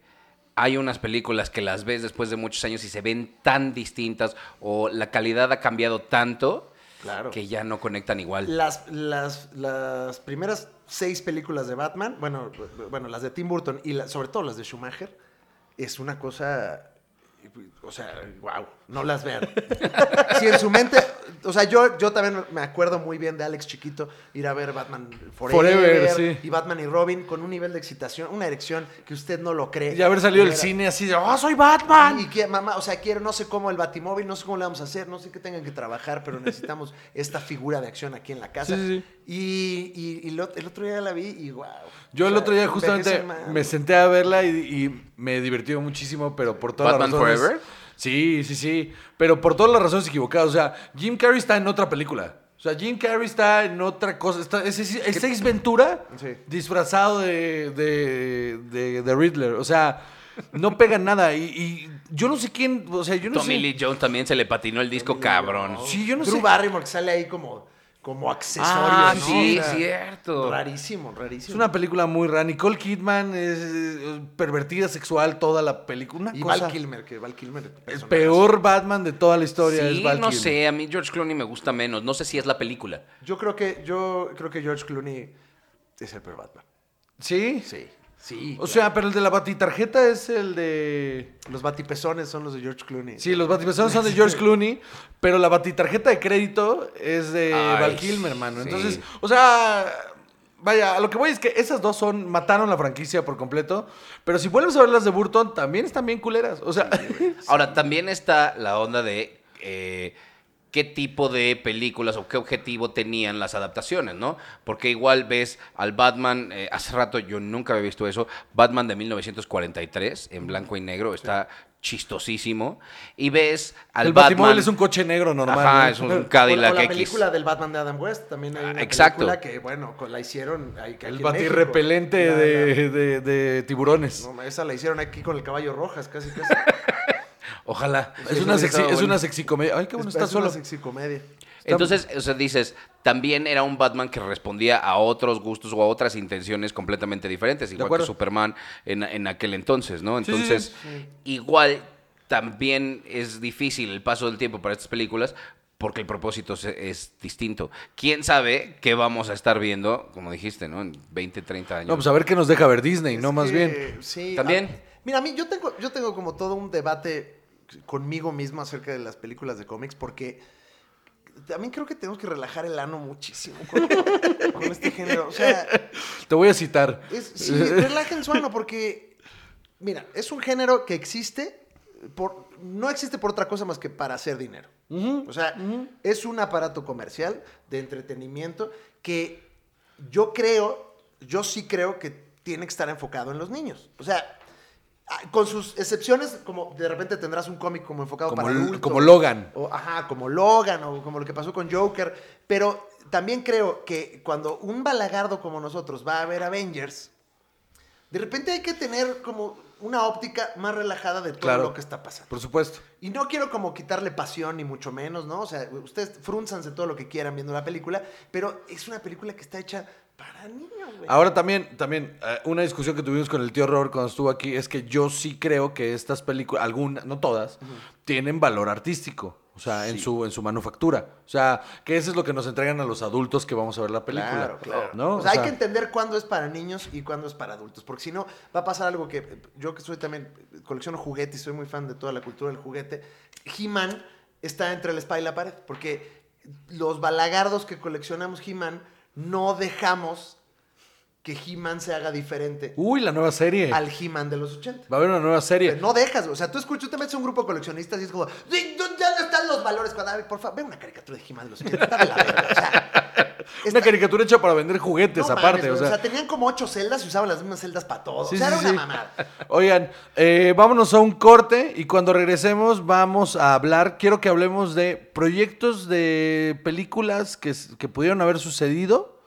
hay unas películas que las ves después de muchos años y se ven tan distintas o la calidad ha cambiado tanto Claro. que ya no conectan igual. Las, las, las primeras seis películas de Batman, bueno, bueno las de Tim Burton y la- sobre todo las de Schumacher, es una cosa. O sea, wow, no las vean. si en su mente. O sea, yo, yo también me acuerdo muy bien de Alex Chiquito ir a ver Batman Forever, Forever, sí. y Batman y Robin con un nivel de excitación, una erección que usted no lo cree. Y haber salido del Eh, Era- cine así de, ¡oh, soy Batman! y que, mamá, o sea, quiero, no sé cómo el batimóvil, no sé cómo le vamos a hacer, no sé qué tengan que trabajar, pero necesitamos esta figura de acción aquí en la casa. Sí, sí, Y, y- y lo- el otro día la vi y wow. Yo el otro día justamente me senté a verla y, y me divertí muchísimo, pero por todas ¿Batman las razones... Forever? Sí, sí, sí. Pero por todas las razones equivocadas. O sea, Jim Carrey está en otra película. O sea, Jim Carrey está en otra cosa. Está, es, es, es Ace Ventura Sí. disfrazado de, de, de- de Riddler. O sea, no pega nada. Y, y yo no sé quién. O sea, yo no Tommy sé. Lee Jones también se le patinó el disco, cabrón. Sí, yo no Drew sé. Barrymore que sale ahí como, como accesorio. Ah, ¿no? sí, O sea, cierto. Rarísimo, Es rarísimo. una película muy rara. Nicole Kidman es eh, pervertida sexual toda la película. Una y cosa- Val Kilmer, que Val Kilmer. El personaje. peor Batman de toda la historia Sí, es Val no Kilmer. sé, a mí George Clooney me gusta menos. No sé si es la película. Yo creo que, yo creo que George Clooney es el peor Batman. ¿Sí? Sí. Sí. O sea, pero el de la batitarjeta es el de... Los batipezones son los de George Clooney. Sí, los batipezones son de George Clooney, pero la batitarjeta de crédito es de Ay, Val Kilmer, hermano. sí. Entonces, o sea, vaya, a lo que voy es que esas dos son, mataron la franquicia por completo, pero si vuelves a ver las de Burton, también están bien culeras. O sea, Ahora, también está la onda de eh, qué tipo de películas o qué objetivo tenían las adaptaciones, ¿no? Porque igual ves al Batman, eh, hace rato yo nunca había visto eso, Batman de 1943, en blanco y negro, está chistosísimo, y ves al el Batman... Batimóvil es un coche negro normal. Ajá, ¿no? es un O la- Cadillac o la X. película del Batman de Adam West también Ah, hay una exacto. película que, bueno, co- la hicieron ahí aquí El en batirrepelente México. La- la- de, de- de tiburones. no, esa la hicieron aquí con el caballo rojas, casi casi. Ojalá. es, sí, una sí, sexy, estaba es una bueno. sexicomedia. Ay, qué bueno, Es- está es una solo. sexicomedia. Entonces, o sea, dices, también era un Batman que respondía a otros gustos o a otras intenciones completamente diferentes, igual que acuerdo. Superman en, en aquel entonces, ¿no? sí, sí. Entonces, igual también es difícil el paso del tiempo para estas películas porque el propósito se- es, distinto. ¿Quién sabe qué vamos a estar viendo, como dijiste, ¿no? En 20, 30 años. No, pues a ver qué nos deja ver Disney, ¿no? Es Más que, bien. Sí. También. a- mira, a mí yo tengo, yo tengo como todo un debate conmigo mismo acerca de las películas de cómics porque también creo que tenemos que relajar el ano muchísimo con, con este género. O sea, Te voy a citar. es- sí, relajen su ano porque, mira, es un género que existe, por, no existe por otra cosa más que para hacer dinero. Ujú. O sea, es un aparato comercial de entretenimiento que yo creo, yo sí creo que tiene que estar enfocado en los niños. O sea, a- con sus excepciones, como de repente tendrás un cómic como enfocado Como para L- adultos. como Logan. O, ajá, como Logan o como lo que pasó con Joker. Pero también creo que cuando un balagardo como nosotros va a ver Avengers, de repente hay que tener como una óptica más relajada de todo Claro. lo que está pasando. Por supuesto. Y no quiero como quitarle pasión, ni mucho menos, ¿no? O sea, ustedes frúnzanse todo lo que quieran viendo la película, pero es una película que está hecha para niños, güey. Ahora también, también, eh, una discusión que tuvimos con el tío Robert cuando estuvo aquí es que yo sí creo que estas películas, algunas, no todas, tienen valor artístico. O sea, en su, en su manufactura. O sea, que eso es lo que nos entregan a los adultos que vamos a ver la película. Claro, claro. ¿no? O sea, hay O que sea, entender cuándo es para niños y cuándo es para adultos, porque si no va a pasar algo que eh, yo que soy también eh, colecciono juguetes y soy muy fan de toda la cultura del juguete, He-Man está entre la espada y la pared, porque los balagardos que coleccionamos He-Man no dejamos que He-Man se haga diferente Uy, la nueva serie. al He-Man de los 80. Va a haber una nueva serie. Pero no dejas, güey. o sea, tú escuchas, tú te metes a un grupo de coleccionistas y es como, "Sí, ¿dó- ¿dónde están los valores? Cuando, ay, por favor, ve una caricatura de He-Man de los 80, dame la verga, o sea, Una está- caricatura hecha para vender no juguetes mames, aparte. güey, o sea, tenían como ocho celdas y usaban las mismas celdas para todo, Sí, o sea, sí, era una sí. mamada. Oigan, eh, vámonos a un corte y cuando regresemos vamos a hablar, quiero que hablemos de proyectos de películas que, s- que pudieron haber sucedido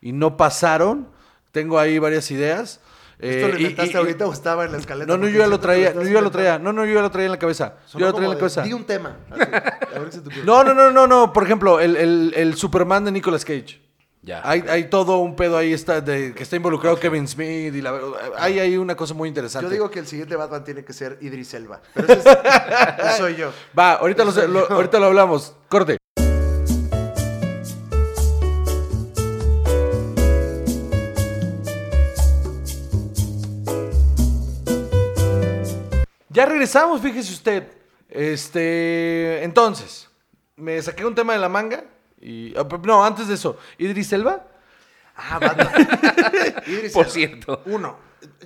y no pasaron. Tengo ahí varias ideas. ¿Esto Eh, lo y- inventaste y- y- ahorita o estaba en la escaleta? No, no, Porque yo ya lo siento que traía, estás no, yo ya lo traía, inventando. no, no, yo ya lo traía en la cabeza. Sonó yo ya lo como traía en la de, cabeza. Di un tema. así, a ver si se te ocurre. No, no, no, no, no, por ejemplo, el, el- el Superman de Nicolas Cage. Ya. Hay, hay todo un pedo ahí está de, que está involucrado Kevin Smith y la, hay, hay una cosa muy interesante. Yo digo que el siguiente Batman tiene que ser Idris Elba. Pero ese es- ese soy yo. Va, ahorita, los- lo, ahorita lo hablamos. Corte. Ya regresamos, fíjese usted. Este, entonces, me saqué un tema de la manga y ah, pe- no, antes de eso, Idris Elba, Ah, Batman. Idris Por Elba. cierto. Uno,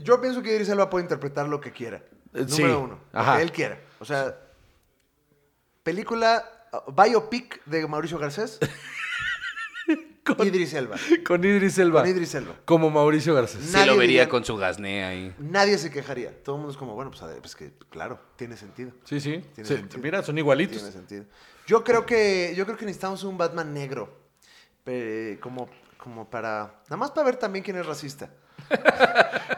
yo pienso que Idris Elba puede interpretar lo que quiera. Eh, Número sí, uno. Lo ajá. que él quiera. O sea, película uh, biopic de Mauricio Garcés. Idris Elba. con Idris Elba. Con Idris Elba. Como Mauricio Garcés. Se Nadie lo vería diría- con su gasné ahí. Nadie se quejaría. Todo el mundo es como, bueno, pues, a ver, pues que claro, tiene sentido. Sí, sí. Tiene Se- sentido. mira, son Tiene igualitos. sentido. Yo creo que yo creo que necesitamos un Batman negro. eh, como, como para... Nada más para ver también quién es racista.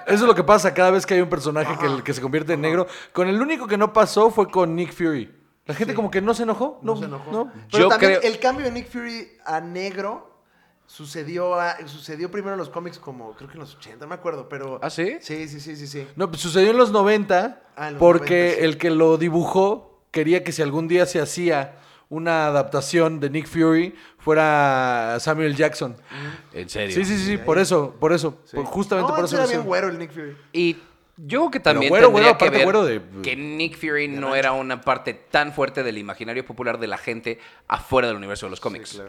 Eso es lo que pasa cada vez que hay un personaje que, el- que se convierte en negro. Con el único que no pasó fue con Nick Fury. La gente como que no se enojó. No, se enojó. no. Pero Yo también creo- el cambio de Nick Fury a negro sucedió a- sucedió primero en los cómics como creo que en los 80, no me acuerdo, pero ¿Ah, sí? Sí, sí, sí, sí, sí. No, pues, sucedió en los 90 Ah, en los porque 90, sí. el que lo dibujó quería que si algún día se hacía una adaptación de Nick Fury fuera Samuel Jackson. En serio. Sí, sí, sí, por eso, por eso. Por- Pues justamente No, por antes eso. era lo bien hicieron. güero el Nick Fury. Y yo creo que también güero, tendría güero, que aparte ver güero de- que Nick Fury no era una parte tan fuerte del imaginario popular de la gente afuera del universo de los cómics.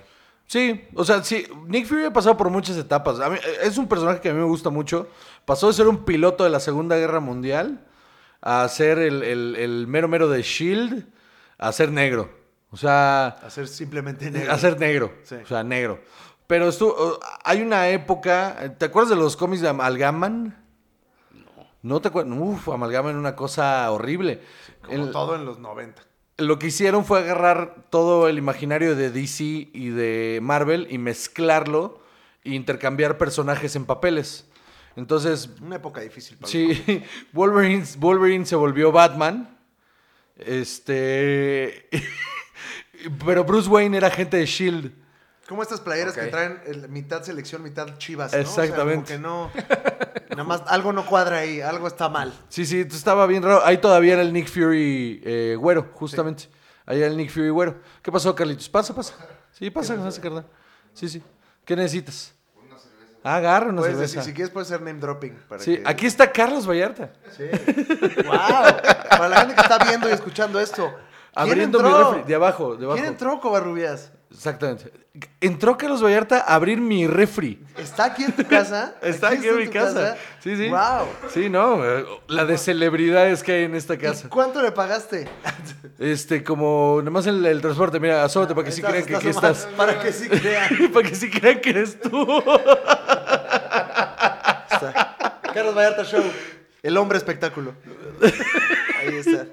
Sí, o sea, sí, Nick Fury ha pasado por muchas etapas. A mí- eh, es un personaje que a mí me gusta mucho. Pasó de ser un piloto de la Segunda Guerra Mundial a ser el, el- el mero mero de Shield E a ser negro. O sea, Hacer simplemente negro. hacer negro. Sí. O sea, negro. Pero estu- o- hay una época. eh, ¿Te acuerdas de los cómics de Am- Amalgaman? No. ¿No te acuerdas? Uf, Amalgaman una cosa horrible. como El- todo en los 90. lo que hicieron fue agarrar todo el imaginario de DC y de Marvel y mezclarlo e intercambiar personajes en papeles. Entonces, Una época difícil para los sí, Wolverine, Wolverine se volvió Batman. Este. Pero Bruce Wayne era agente de Shield. cómics. Como estas playeras Ok. que traen el- mitad selección, mitad chivas, ¿no? O sea, Exactamente. como que no... Nada más algo no cuadra ahí, algo está mal. Sí, sí, entonces estaba bien raro. Ahí todavía era el Nick Fury eh, güero, justamente. Ahí era el Nick Fury güero. ¿Qué pasó, Carlitos? Pasa, pasa. Sí, pasa, pasa, carnal. Sí, sí. ¿Qué necesitas? Una cerveza. Agarra una Puedes cerveza. decir, si quieres puedes hacer name dropping. Para Sí, que- aquí está Carlos Vallarta. Sí. ¡Wow! Para la gente que está viendo y escuchando esto. ¿quién Abriendo mi entró? refri. De abajo, de abajo. ¿Quién entró, Covarrubias? Exactamente. Entró Carlos Vallarta a abrir mi refri. ¿Está aquí en tu casa? Está aquí en mi tu casa. Sí, sí. ¡Wow! Sí, no, eh, la de celebridades que hay en esta casa. ¿Cuánto le pagaste? Este, como, nomás el, el transporte, mira, asómate para que sí Estás- crean que aquí nomás- estás. Para que sí crean. Para que sí crean que eres tú. Está. Carlos Vallarta Show. El hombre espectáculo. Ahí está.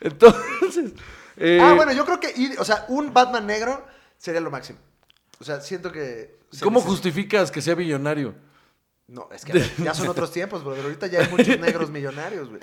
Entonces. eh, ah, bueno, yo creo que, ir- o sea, un Batman negro sería lo máximo. O sea, siento que... se ¿Cómo necesita- justificas que sea millonario? No, es que a ver, ya son otros tiempos, brother. Ahorita ya hay muchos negros millonarios, güey.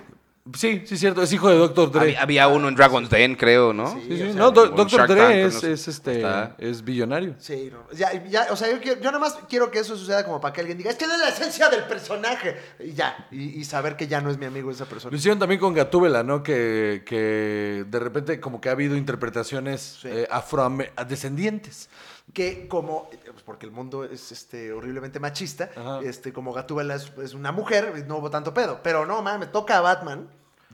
Sí, sí, cierto. Es hijo de Dr. Dre. Había, había uno en Dragon's Den, creo, ¿no? Sí, sí, o sea, no, Do- o en Dr. Shark Dre Tank, es, no sé. es, este, Está. es billonario. Sí, no. Ya, ya, o sea, yo, quiero- yo nada más quiero que eso suceda como para que alguien diga, es que es la esencia del personaje. Y ya, y, y saber que ya no es mi amigo esa Lo persona. hicieron también con Gatúbela, ¿no? Que, que de repente como que ha habido interpretaciones eh, Sí. afrodescendientes. Que como, eh, pues, porque el mundo es este, horriblemente machista, Ajá. este, como Gatúbela es, es una mujer, pues, no hubo tanto pedo. Pero no, mames, toca a Batman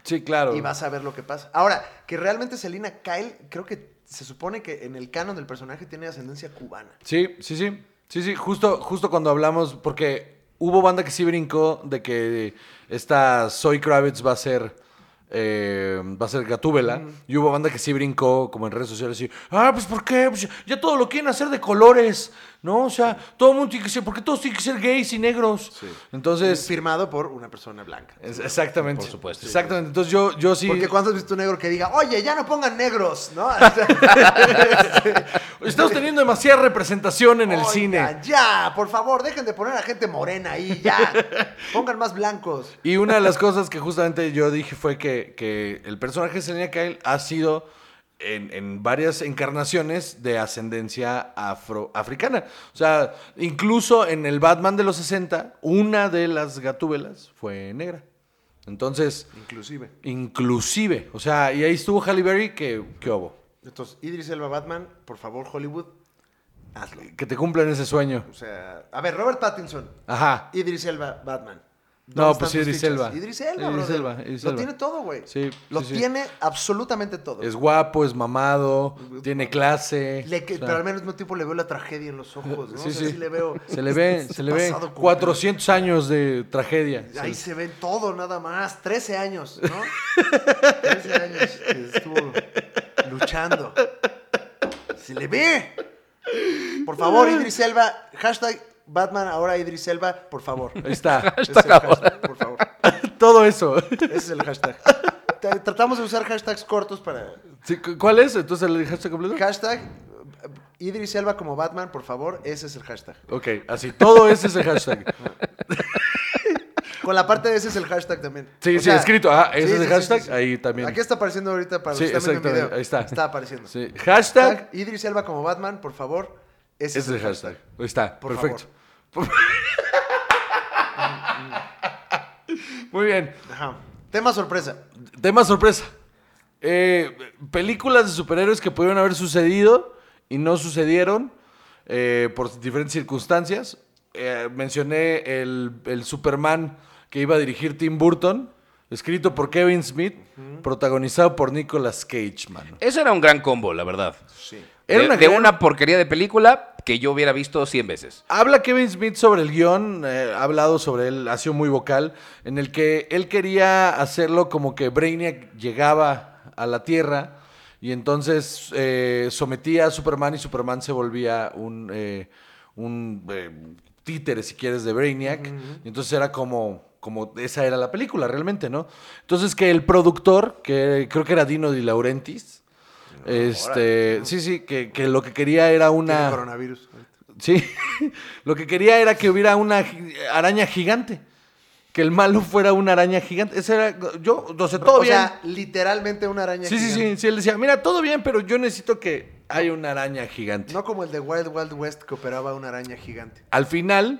Sí, claro. y vas a ver lo que pasa. Ahora, que realmente Selina Kyle, creo que se supone que en el canon del personaje tiene ascendencia cubana. Sí, sí, sí. Sí, sí, justo, justo cuando hablamos, porque hubo banda que sí brincó de que esta Zoe Kravitz va a ser. eh, va a ser Gatúbela. Y hubo banda que sí brincó, como en redes sociales, y. Ah, pues ¿por qué? Pues, ya todo lo quieren hacer de colores, ¿no? O sea, todo el mundo tiene que ser. ¿Por qué todos tienen que ser gays y negros? Entonces. Firmado por una persona blanca. es- exactamente. Por supuesto. Exactamente. Entonces yo, yo sí. Porque cuando has visto un negro que diga, oye, ya no pongan negros, ¿no? O sea, Estamos teniendo demasiada representación en el Oigan, cine. Ya, por favor, dejen de poner a gente morena ahí, ya. Pongan más blancos. Y una de las cosas que justamente yo dije fue que, que el personaje de Selena Kyle ha sido en, en varias encarnaciones de ascendencia afroafricana. O sea, incluso en el Batman de los 60, una de las gatúbelas fue negra. Entonces, Inclusive. inclusive, o sea, y ahí estuvo Halle Berry que, que obo. Entonces, Idris Elba Batman, por favor, Hollywood, hazlo. Que te cumplan ese sueño. O sea, a ver, Robert Pattinson, Ajá. Idris Elba Batman. No, ¿Dónde pues están tus Idris fichas? Elba. Idris Elba, Idris brother. Elba, Idris Lo Elba. tiene todo, güey. Sí, Lo sí, sí. tiene absolutamente todo. Es guapo, es mamado, tiene clase. Le que- o sea. pero al menos no tipo le veo la tragedia en los ojos, ¿no? Sí, O sea, sí. le veo. Se le ve, este se le ve. pasado completo. 400 años de tragedia. Ahí Sí. se ve todo, nada más. 13 años, ¿no? 13 años que estuvo luchando. Se le ve. Por favor, Idris Elba. Hashtag Batman ahora Idris Elba, por favor. Ahí está. Ese es el hashtag, por favor. Todo eso. Ese es el hashtag. Tra- Tratamos de usar hashtags cortos para. Sí, cu- ¿Cuál es? Entonces el hashtag completo. Hashtag Idris Elba como Batman, por favor, ese es el hashtag. Ok, así, todo ese es el hashtag. Con la parte de ese es el hashtag también. Sí, O sí, sea, escrito. Ah, ese sí, es el sí, sí, hashtag, sí, sí. ahí también. Aquí está apareciendo ahorita para los Sí, que están viendo el exactamente, video. ahí está. Está apareciendo. Sí, Hashtag, Hashtag Idris Elba como Batman, por favor, ese ese es el hashtag. Ahí está, Por perfecto. Muy bien. Ajá. Tema sorpresa. Tema sorpresa. Eh, películas de superhéroes que pudieron haber sucedido y no sucedieron eh, por diferentes circunstancias. Eh, mencioné el, el Superman que iba a dirigir Tim Burton, escrito por Kevin Smith, protagonizado por Nicolas Cage, mano. Eso era un gran combo, la verdad. Sí. Era de, una de gran- una porquería de película que yo hubiera visto 100 veces. Habla Kevin Smith sobre el guión, eh, ha hablado sobre él, ha sido muy vocal, en el que él quería hacerlo como que Brainiac llegaba a la Tierra y entonces eh, sometía a Superman y Superman se volvía un, eh, un eh, títere, si quieres, de Brainiac. Y entonces era como, como, esa era la película realmente, ¿no? Entonces que el productor, que creo que era Dino Di Laurentiis, este, sí, sí, que, que lo que quería era Tiene una... coronavirus. Sí. Lo que quería era que hubiera una gi- araña gigante. Que el malo fuera una araña gigante. Ese era. Yo, no sé, todo o bien. sea, literalmente una araña sí, sí, sí, gigante. sí. Él decía, mira, todo bien, pero yo necesito que haya una araña gigante. No como el de Wild Wild West que operaba una araña gigante. Al final,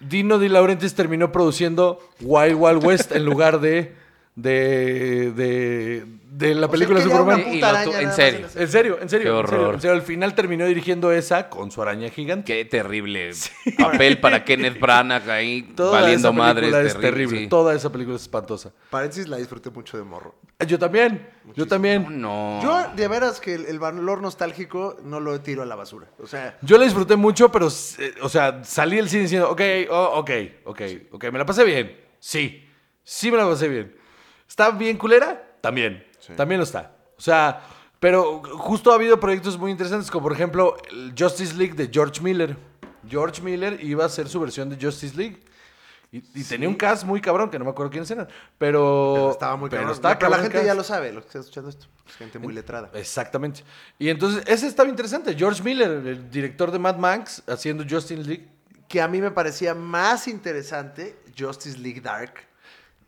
Dino Di Laurentiis terminó produciendo Wild Wild West en lugar de. de. de, de la O sea, película quería Superman. una puta Y lo tu- araña en nada más serio. la serie. En serio, en serio. Qué en serio, horror. en serio. al final terminó dirigiendo esa con su araña gigante. Qué terrible papel para Kenneth Branagh ahí valiendo esa película madre. es terrible. sí. Toda esa película es espantosa. Paréntesis, la disfruté mucho de morro. Yo también, yo Oh, también. No. Yo, de veras, que el, el valor nostálgico no lo tiro a la basura. O sea, Yo la disfruté mucho, pero, eh, o sea, salí del cine diciendo, ok, oh, ok, ok, ok, me la pasé bien. Sí, sí me la pasé bien. ¿Está bien culera? También, también lo está. O sea, pero justo ha habido proyectos muy interesantes, como por ejemplo el Justice League de George Miller. George Miller iba a hacer su versión de Justice League. Y, y tenía un cast muy cabrón, que no me acuerdo quiénes eran. Pero, pero estaba muy pero cabrón. está La- pero la cabrón el gente ya cast. lo sabe, los que están escuchando esto. Es gente muy letrada. Exactamente. Y entonces, ese estaba interesante. George Miller, el director de Mad Max, haciendo Justin League. Que a mí me parecía más interesante Justice League Dark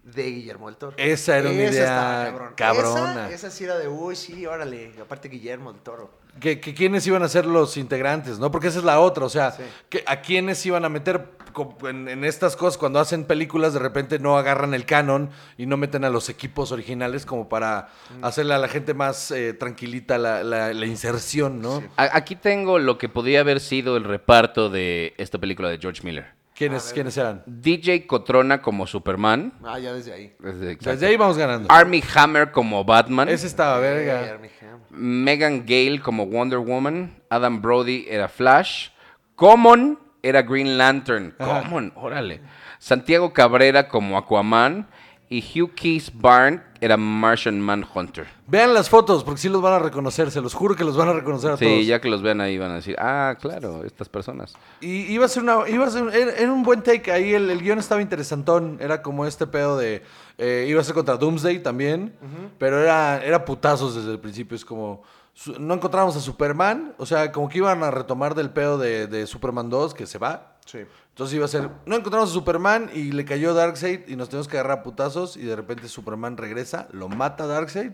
de Guillermo del Toro. Esa era una Esa idea estaba cabrón. cabrona. Esa, esa sí era de, uy, sí, órale. Aparte Guillermo del Toro. Que, que quiénes iban a ser los integrantes, ¿no? Porque esa es la otra. O sea, Sí. que, a quiénes iban a meter co- en, en estas cosas cuando hacen películas, de repente no agarran el canon y no meten a los equipos originales como para hacerle a la gente más eh, tranquilita la, la- la inserción, ¿no? A- Aquí tengo lo que podría haber sido el reparto de esta película de George Miller. ¿Quiénes, ¿Quiénes eran? DJ Cotrona como Superman. Ah, ya desde ahí. Desde- Desde ahí vamos ganando. Army Hammer como Batman. Ese estaba, Ay, verga. Armie Hammer. Megan Gale como Wonder Woman. Adam Brody era Flash. Common era Green Lantern. Ajá. Common, órale. Santiago Cabrera como Aquaman. Y Hugh Keys Barn era Martian Manhunter. Vean las fotos, porque sí los van a reconocer, se los juro que los van a reconocer a Sí, todos. ya que los vean ahí van a decir, ah, claro, estas personas. Y iba a ser una, iba a ser, era, era un buen take ahí, el, el guión estaba interesantón, era como este pedo de, eh, iba a ser contra Doomsday también, pero era, era putazos desde el principio, es como, su- no encontramos a Superman, o sea, como que iban a retomar del pedo de, de Superman 2, que se va. Sí. Entonces iba a ser, no encontramos a Superman y le cayó Darkseid y nos tenemos que agarrar a putazos y de repente Superman regresa, lo mata a Darkseid,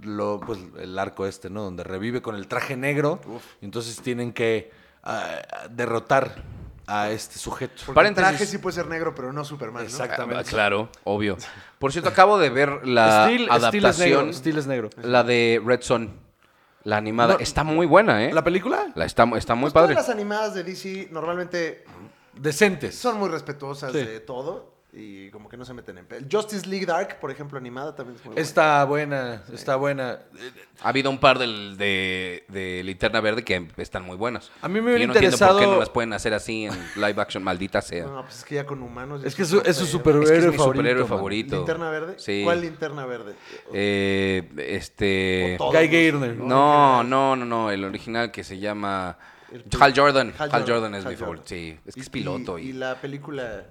lo, pues el arco este, ¿no? Donde revive con el traje negro y entonces tienen que ah, derrotar a este sujeto. Porque el Paréntesis. traje sí puede ser negro, pero no Superman, ¿no? Exacto. Ah, Exactamente. claro, obvio. Por cierto, acabo de ver la es negro. adaptación, Steel es negro. la de Red Son, la animada. No. está muy buena, ¿eh? ¿La película? La está, está muy Pues padre. Todas las animadas de DC normalmente Decentes. son muy respetuosas Sí. de todo y como que no se meten en... pe- Justice League Dark, por ejemplo, animada también es muy buena. Está buena, está buena. Eh, Ha habido un par del- de, de Linterna Verde que están muy buenas. A mí me Y hubiera yo no entiendo por qué interesado- no las pueden hacer así en live action, maldita sea. No, pues es que ya con humanos... Es que es su, es su Pero- superhéroe es que es mi favorito. superhéroe man. favorito. ¿Linterna verde? Sí. ¿Cuál linterna verde? Eh, este... O todo. Guy Gardner. No, no, no, no, el original que se llama... El- Hal Jordan. Hal, Hal Jordan, Jordan, es Hal mi Jordan. favorito. Sí, es que es Y- piloto. Y, Y, y la película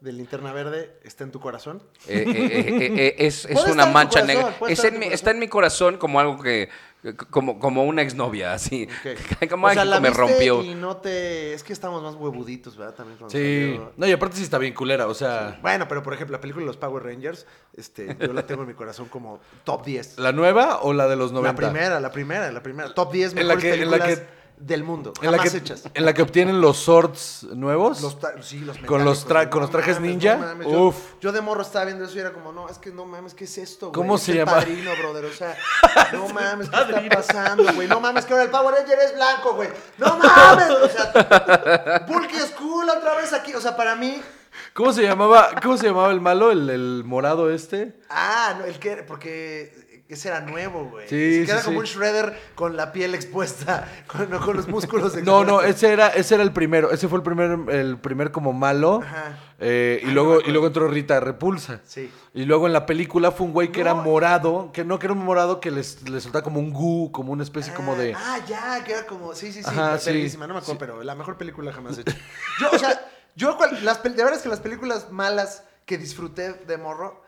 de Linterna Verde está en tu corazón. Eh, eh, eh, eh, eh, es es Puede una estar en tu mancha corazón, negra. puede Es estar en tu en mi- corazón. está en mi corazón como algo que. Como, como una exnovia, así. Ok. Como O sea, algo la que me viste rompió. Y no te. Es que estamos más huevuditos, ¿verdad? También cuando Sí. salió. No, y aparte sí está bien culera, o Ah. sea. Bueno, pero por ejemplo, la película de los Power Rangers, este, yo la tengo en mi corazón como top 10. ¿La nueva o la de los 90? La primera, la primera, la primera. Top 10 En la mejores que- en la películas que- del mundo. En la, jamás que, hechas. en la que obtienen los swords nuevos. Los tra- sí, los Con los metálicos, tra- no con los trajes mames, ninja, no mames, yo- uf. Yo, de morro estaba viendo eso y era como, no, es que no mames, ¿qué es esto, güey? ¿Cómo Es se el llama? padrino, brother. O sea, no mames, ¿qué está pasando, güey? No mames, que ahora el Power Ranger es blanco, güey. No mames, o sea, Bulky School otra vez aquí. O sea, para mí, ¿Cómo se llamaba? ¿Cómo se llamaba el malo? El, el morado este. ah, no, el que era, porque ese era nuevo, güey. Sí, Ni siquiera sí, era sí. como un Shredder con la piel expuesta, con, no, con los músculos No, no, expuestos. ese era, ese era el primero. Ese fue el primer, el primer como malo. Ajá. Ah, Eh, y luego, y luego entró Rita Repulsa. Sí. Y luego en la película fue un güey que era No. morado, que no, que era un morado que les, les soltaba como un goo, como una especie como de. Ah, ya, que era como. Sí, sí, sí. Ajá, sí. bellísima, no me acuerdo, pero la mejor película jamás hecha. Yo, o sea, yo, cual- las, pel- de veras que las películas malas que disfruté de morro,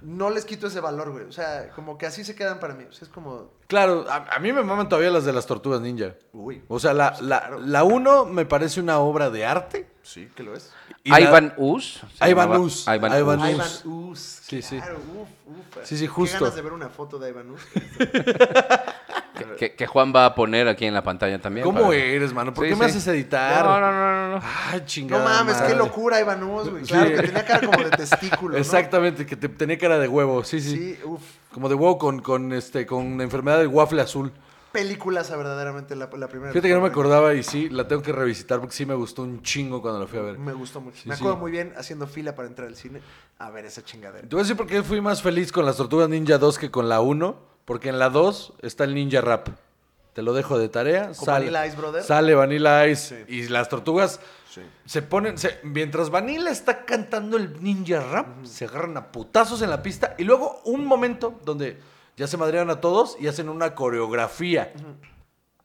no les quito ese valor, güey. O sea, como que así se quedan para mí. O sea, es como. Claro, a, a mí me maman todavía las de las tortugas ninja. Uy. O sea, la, Pues la, la uno me parece una obra de arte. Sí, que lo es. y la- Ivan Us. se Ivan llamaba. Us, Ivan Ivan Us. Us. Ivan Us. Sí, sí. Claro, uf, uf. Sí, sí, Qué justo. ganas de ver una foto de Ivan Us. Que, que Juan va a poner aquí en la pantalla también. ¿Cómo para- eres, mano? ¿Por Sí, qué me sí. haces editar? No, no, no, no. no. Ay, No Ah, chingada. mames, qué madre. locura Ivan Us, güey. Sí. Claro, que tenía cara como de testículo. ¿no? Exactamente, que te, tenía cara de huevo, sí, sí. Sí, uf. Como de huevo con, con, este, con la enfermedad del waffle azul. Películas, verdaderamente, la, la primera. Fíjate que no me película. acordaba y sí, la tengo que revisitar porque sí me gustó un chingo cuando la fui a ver. Me gustó mucho. Sí, me sí. acuerdo muy bien haciendo fila para entrar al cine a ver esa Te chingadera. voy a decir por qué fui más feliz con las Tortugas Ninja 2 que con la 1, porque en la 2 está el Ninja Rap. Te lo dejo de tarea. sale, Vanilla Ice, brother? Sale Vanilla Ice. Y las tortugas Sí. se ponen. se- mientras Vanilla está cantando el Ninja Rap, se agarran a putazos en la pista. Y luego un momento donde ya se madrearon a todos y hacen una coreografía.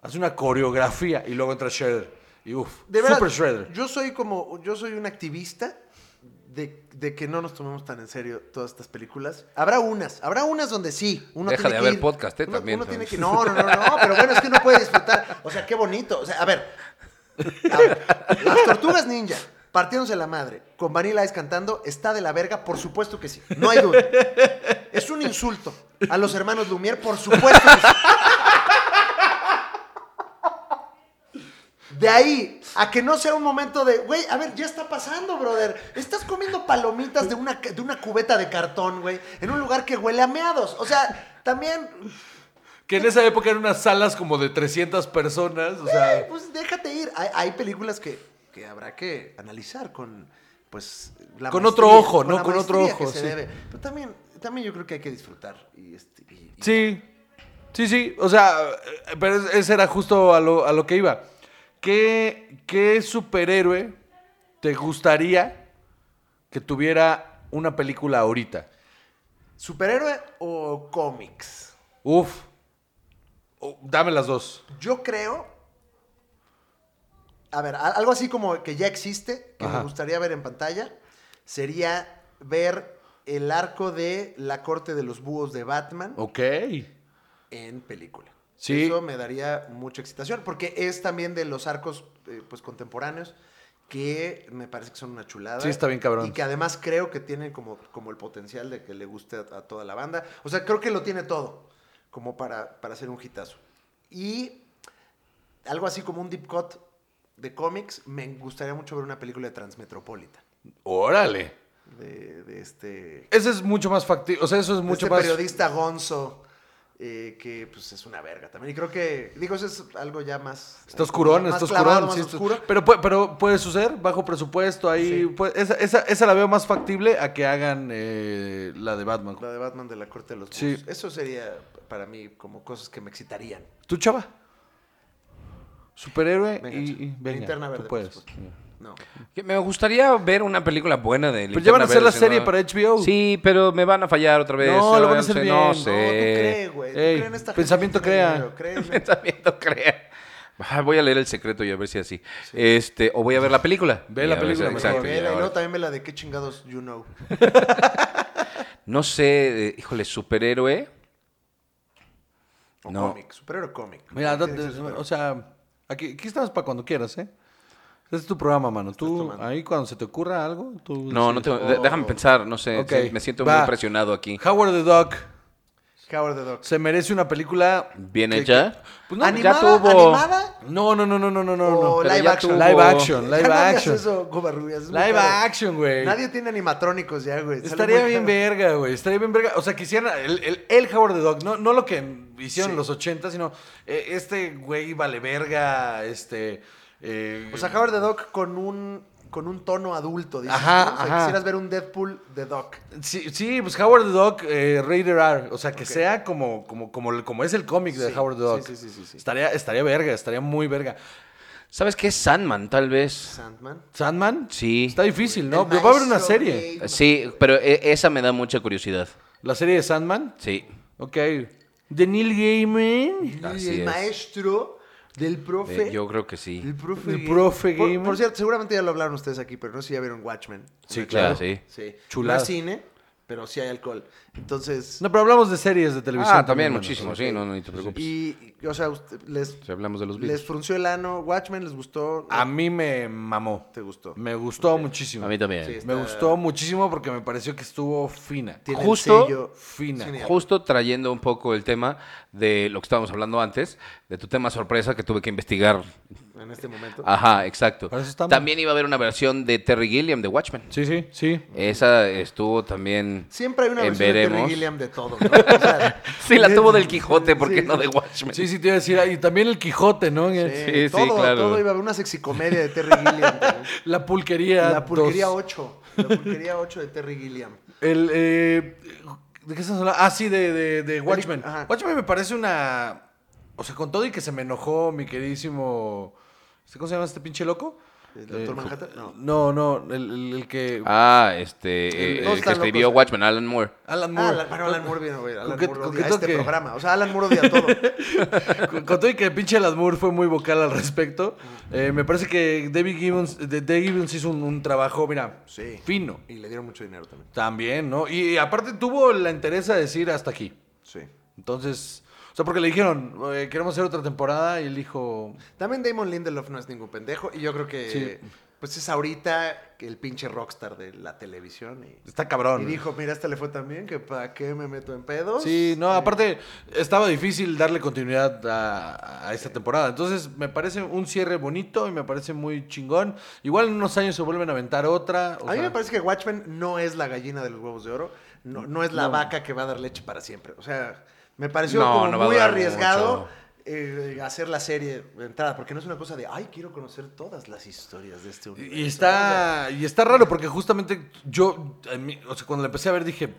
Hace una coreografía. Y luego entra Shredder. Y uff, De verdad, Super Shredder. yo soy como, yo soy un activista de, de que no nos tomemos tan en serio todas estas películas. Habrá unas, habrá unas donde sí. Uno Deja tiene de que haber ir- podcast, ¿eh? uno- También, uno tiene ¿sabes? que- no, no, no, no, pero bueno, es que uno puede disfrutar. O sea, qué bonito. O sea, a ver, a ver, las tortugas ninja. Partiéndose la madre, con Vanilla Ice cantando, está de la verga, por supuesto que sí. No hay duda. Es un insulto a los hermanos Lumière, por supuesto que sí. De ahí a que no sea un momento de, güey, a ver, ya está pasando, brother. Estás comiendo palomitas de una, de una cubeta de cartón, güey, en un lugar que huele a meados. O sea, también, Que en esa época eran unas salas como de 300 personas. O sea. eh, pues déjate ir. Hay, hay películas que, que habrá que analizar con, pues, la Con otro ojo, ¿no? la Con otro maestría que ojo, se sí. debe. Pero también, también yo creo que hay que disfrutar. Y este, y- y- Sí, sí, sí. O sea, eh, pero es- ese era justo a lo, a lo que iba. ¿Qué, qué superhéroe te gustaría que tuviera una película ahorita? ¿Superhéroe o cómics? Uf. Oh, dame las dos. Yo creo. A ver, a- algo así como que ya existe, que Ajá. me gustaría ver en pantalla, sería ver el arco de la corte de los búhos de Batman Ok. en película. Sí. Eso me daría mucha excitación, porque es también de los arcos eh, pues contemporáneos que me parece que son una chulada. Sí, está bien cabrón. Y que además creo que tienen como, como el potencial de que le guste a, a toda la banda. O sea, creo que lo tiene todo, como para, para hacer un hitazo. Y algo así como un deep cut de cómics, me gustaría mucho ver una película de Transmetropolitan, Órale. de, de este Ese es mucho más factible. O sea, eso es de mucho este más. periodista Gonzo, eh, que pues es una verga también. Y creo que, digo, eso es algo ya más... eh, Está oscurón, más está oscurón. clavado, más sí, está- oscuro. Pero, pu- pero puede suceder, bajo presupuesto, ahí. Sí. puede- esa, esa- esa la veo más factible a que hagan eh, la de Batman. La de Batman de la Corte de los Sí. Búhos. Eso sería para mí como cosas que me excitarían. ¿Tú, chava? Superhéroe Venga, y, chava. y- venga, Linterna verde, tú por puedes. supuesto. No. Que Me gustaría ver una película buena de Pero ya van a Linterna hacer la Verde, serie ¿no? para HBO. Sí, pero me van a fallar otra vez. No, lo van a no hacer sé, bien. No No, sé. tú No, tú crees, güey. Tú Ey, crees en esta gente pensamiento que tiene crea. dinero, créeme. Pensamiento crea. Ah, voy a leer El Secreto y a ver si así. Este, o voy a ver la película. Ve Y la a ver si- película, mejor. exacto. Porque y ve la- y ahora- luego también ve la de qué chingados you know. No sé, eh, híjole, superhéroe. O No. cómic, superhéroe cómic. Mira, Tiene no que te- ser superhéroe. o sea, aquí, aquí estamos para cuando quieras, ¿eh? Este es tu programa, mano. Tú, tomando. ahí cuando se te ocurra algo, tú... No, no tengo- decides. de- déjame pensar, no sé. Ok, sí, me siento va. muy presionado aquí. Howard the Duck Howard the Duck. se merece una película... ¿Bien que- hecha? que- pues no, ya tuvo. ¿Animada? No, no, no, no, no, no, no. O no. pero Oh, live ya action. tuvo- Live action, Ya live no hagas action. eso, Covarrubias, es muy Live caro. action, güey. Nadie tiene animatrónicos ya, güey. Sale Estaría muy bien caro. verga, güey. Estaría bien verga. O sea, quisieran el, el, el Howard the Dog. No, no lo que hicieron Sí. los 80, sino eh, este güey vale verga, este... eh, O sea, Howard the Duck con un, con un tono adulto, dices. Ajá, ¿no? O sea, ajá. quisieras ver un Deadpool de Duck. Sí, sí, pues Howard the Duck, eh, Raider R. O sea, que sea como, como, como, el- como es el cómic de Sí, Howard the sí, Duck. sí, sí, sí, sí. Estaría, estaría verga, estaría muy verga. ¿Sabes qué? Sandman, tal vez. Sandman. ¿Sandman? Sí. Está difícil, ¿no? El Pero va a haber una maestro serie. gay. Sí, pero e- esa me da mucha curiosidad. ¿La serie de Sandman? Sí. eh, Ok. ¿De Neil Gaiman? Así y el es. maestro del profe. Eh, Yo creo que sí. El profe. El Gay- profe por, Gamer. por cierto, seguramente ya lo hablaron ustedes aquí, pero no sé si ya vieron Watchmen. Sí, Una claro. claro. sí. Sí. Chulada. No es cine, pero sí hay alcohol. Entonces. No, pero hablamos de series de televisión. Ah, también mano. muchísimo, sí, no, no ni te preocupes. Y, y, o sea, usted- les, Si hablamos de los les Beatles. frunció el ano. Watchmen les gustó. A mí me mamó. te gustó. Me gustó muchísimo. A mí también. Sí. Me gustó muchísimo porque me pareció que estuvo fina. Tiene Justo- el sello Fina. cineasta. Justo trayendo un poco el tema de lo que estábamos hablando antes, de tu tema sorpresa que tuve que investigar. en este momento. Ajá, exacto. Para eso estamos. También iba a haber una versión de Terry Gilliam de Watchmen. Sí, sí, sí. Esa estuvo también. Siempre hay una en versión de veremos. Terry Gilliam de todo. ¿no? O sea, Sí, la de- tuvo del Quijote, porque sí, no de Watchmen? Sí, sí, te iba a decir. ah, Y también el Quijote, ¿no? Sí, Sí, sí, todo, claro. todo iba a haber una sexicomedia de Terry Gilliam. ¿no? La pulquería. La pulquería dos. 8. La pulquería 8 de Terry Gilliam. El, eh, ¿De qué estás hablando? Ah, sí, de, de- de Watchmen. Ajá. Watchmen me parece una. O sea, con todo y que se me enojó mi queridísimo. ¿este- ¿Cómo se llama este pinche loco? Eh, ¿El Doctor Manhattan? No. No, no, el, el- el que. Ah, este, eh, Todos el, que están locos, escribió ¿eh? Watchmen, Alan Moore. Alan Ah, Moore. Alan, bueno, Alan Moore vino, güey. Alan Coquet- Moore odia coqueto este que- programa. O sea, Alan Moore odia todo. Con, con todo y que el pinche Alan Moore fue muy vocal al respecto, eh, me parece que David Gibbons, de- Dave Gibbons hizo un, un trabajo, mira, Sí. fino. Y le dieron mucho dinero también. También, ¿no? Y, aparte tuvo la entereza de decir hasta aquí. Sí. Entonces, o sea, porque le dijeron, "Eh, queremos hacer otra temporada, y él dijo, También Damon Lindelof no es ningún pendejo. Y yo creo que Sí. pues es ahorita el pinche rockstar de la televisión. Y, está cabrón. y dijo, mira, esta le fue también, que para qué me meto en pedos. Sí, no, aparte estaba difícil darle continuidad a, a esta temporada. Entonces me parece un cierre bonito y me parece muy chingón. Igual en unos años se vuelven a aventar otra. o a mí sea, me parece que Watchmen no es la gallina de los huevos de oro, no, no es la vaca que va a dar leche para siempre. O sea, me pareció No, como no va a muy durar arriesgado mucho. eh, hacer la serie de entrada, porque no es una cosa de, ay, quiero conocer todas las historias de este universo. Y está, y está raro porque justamente yo, a mí, o sea, cuando la empecé a ver dije,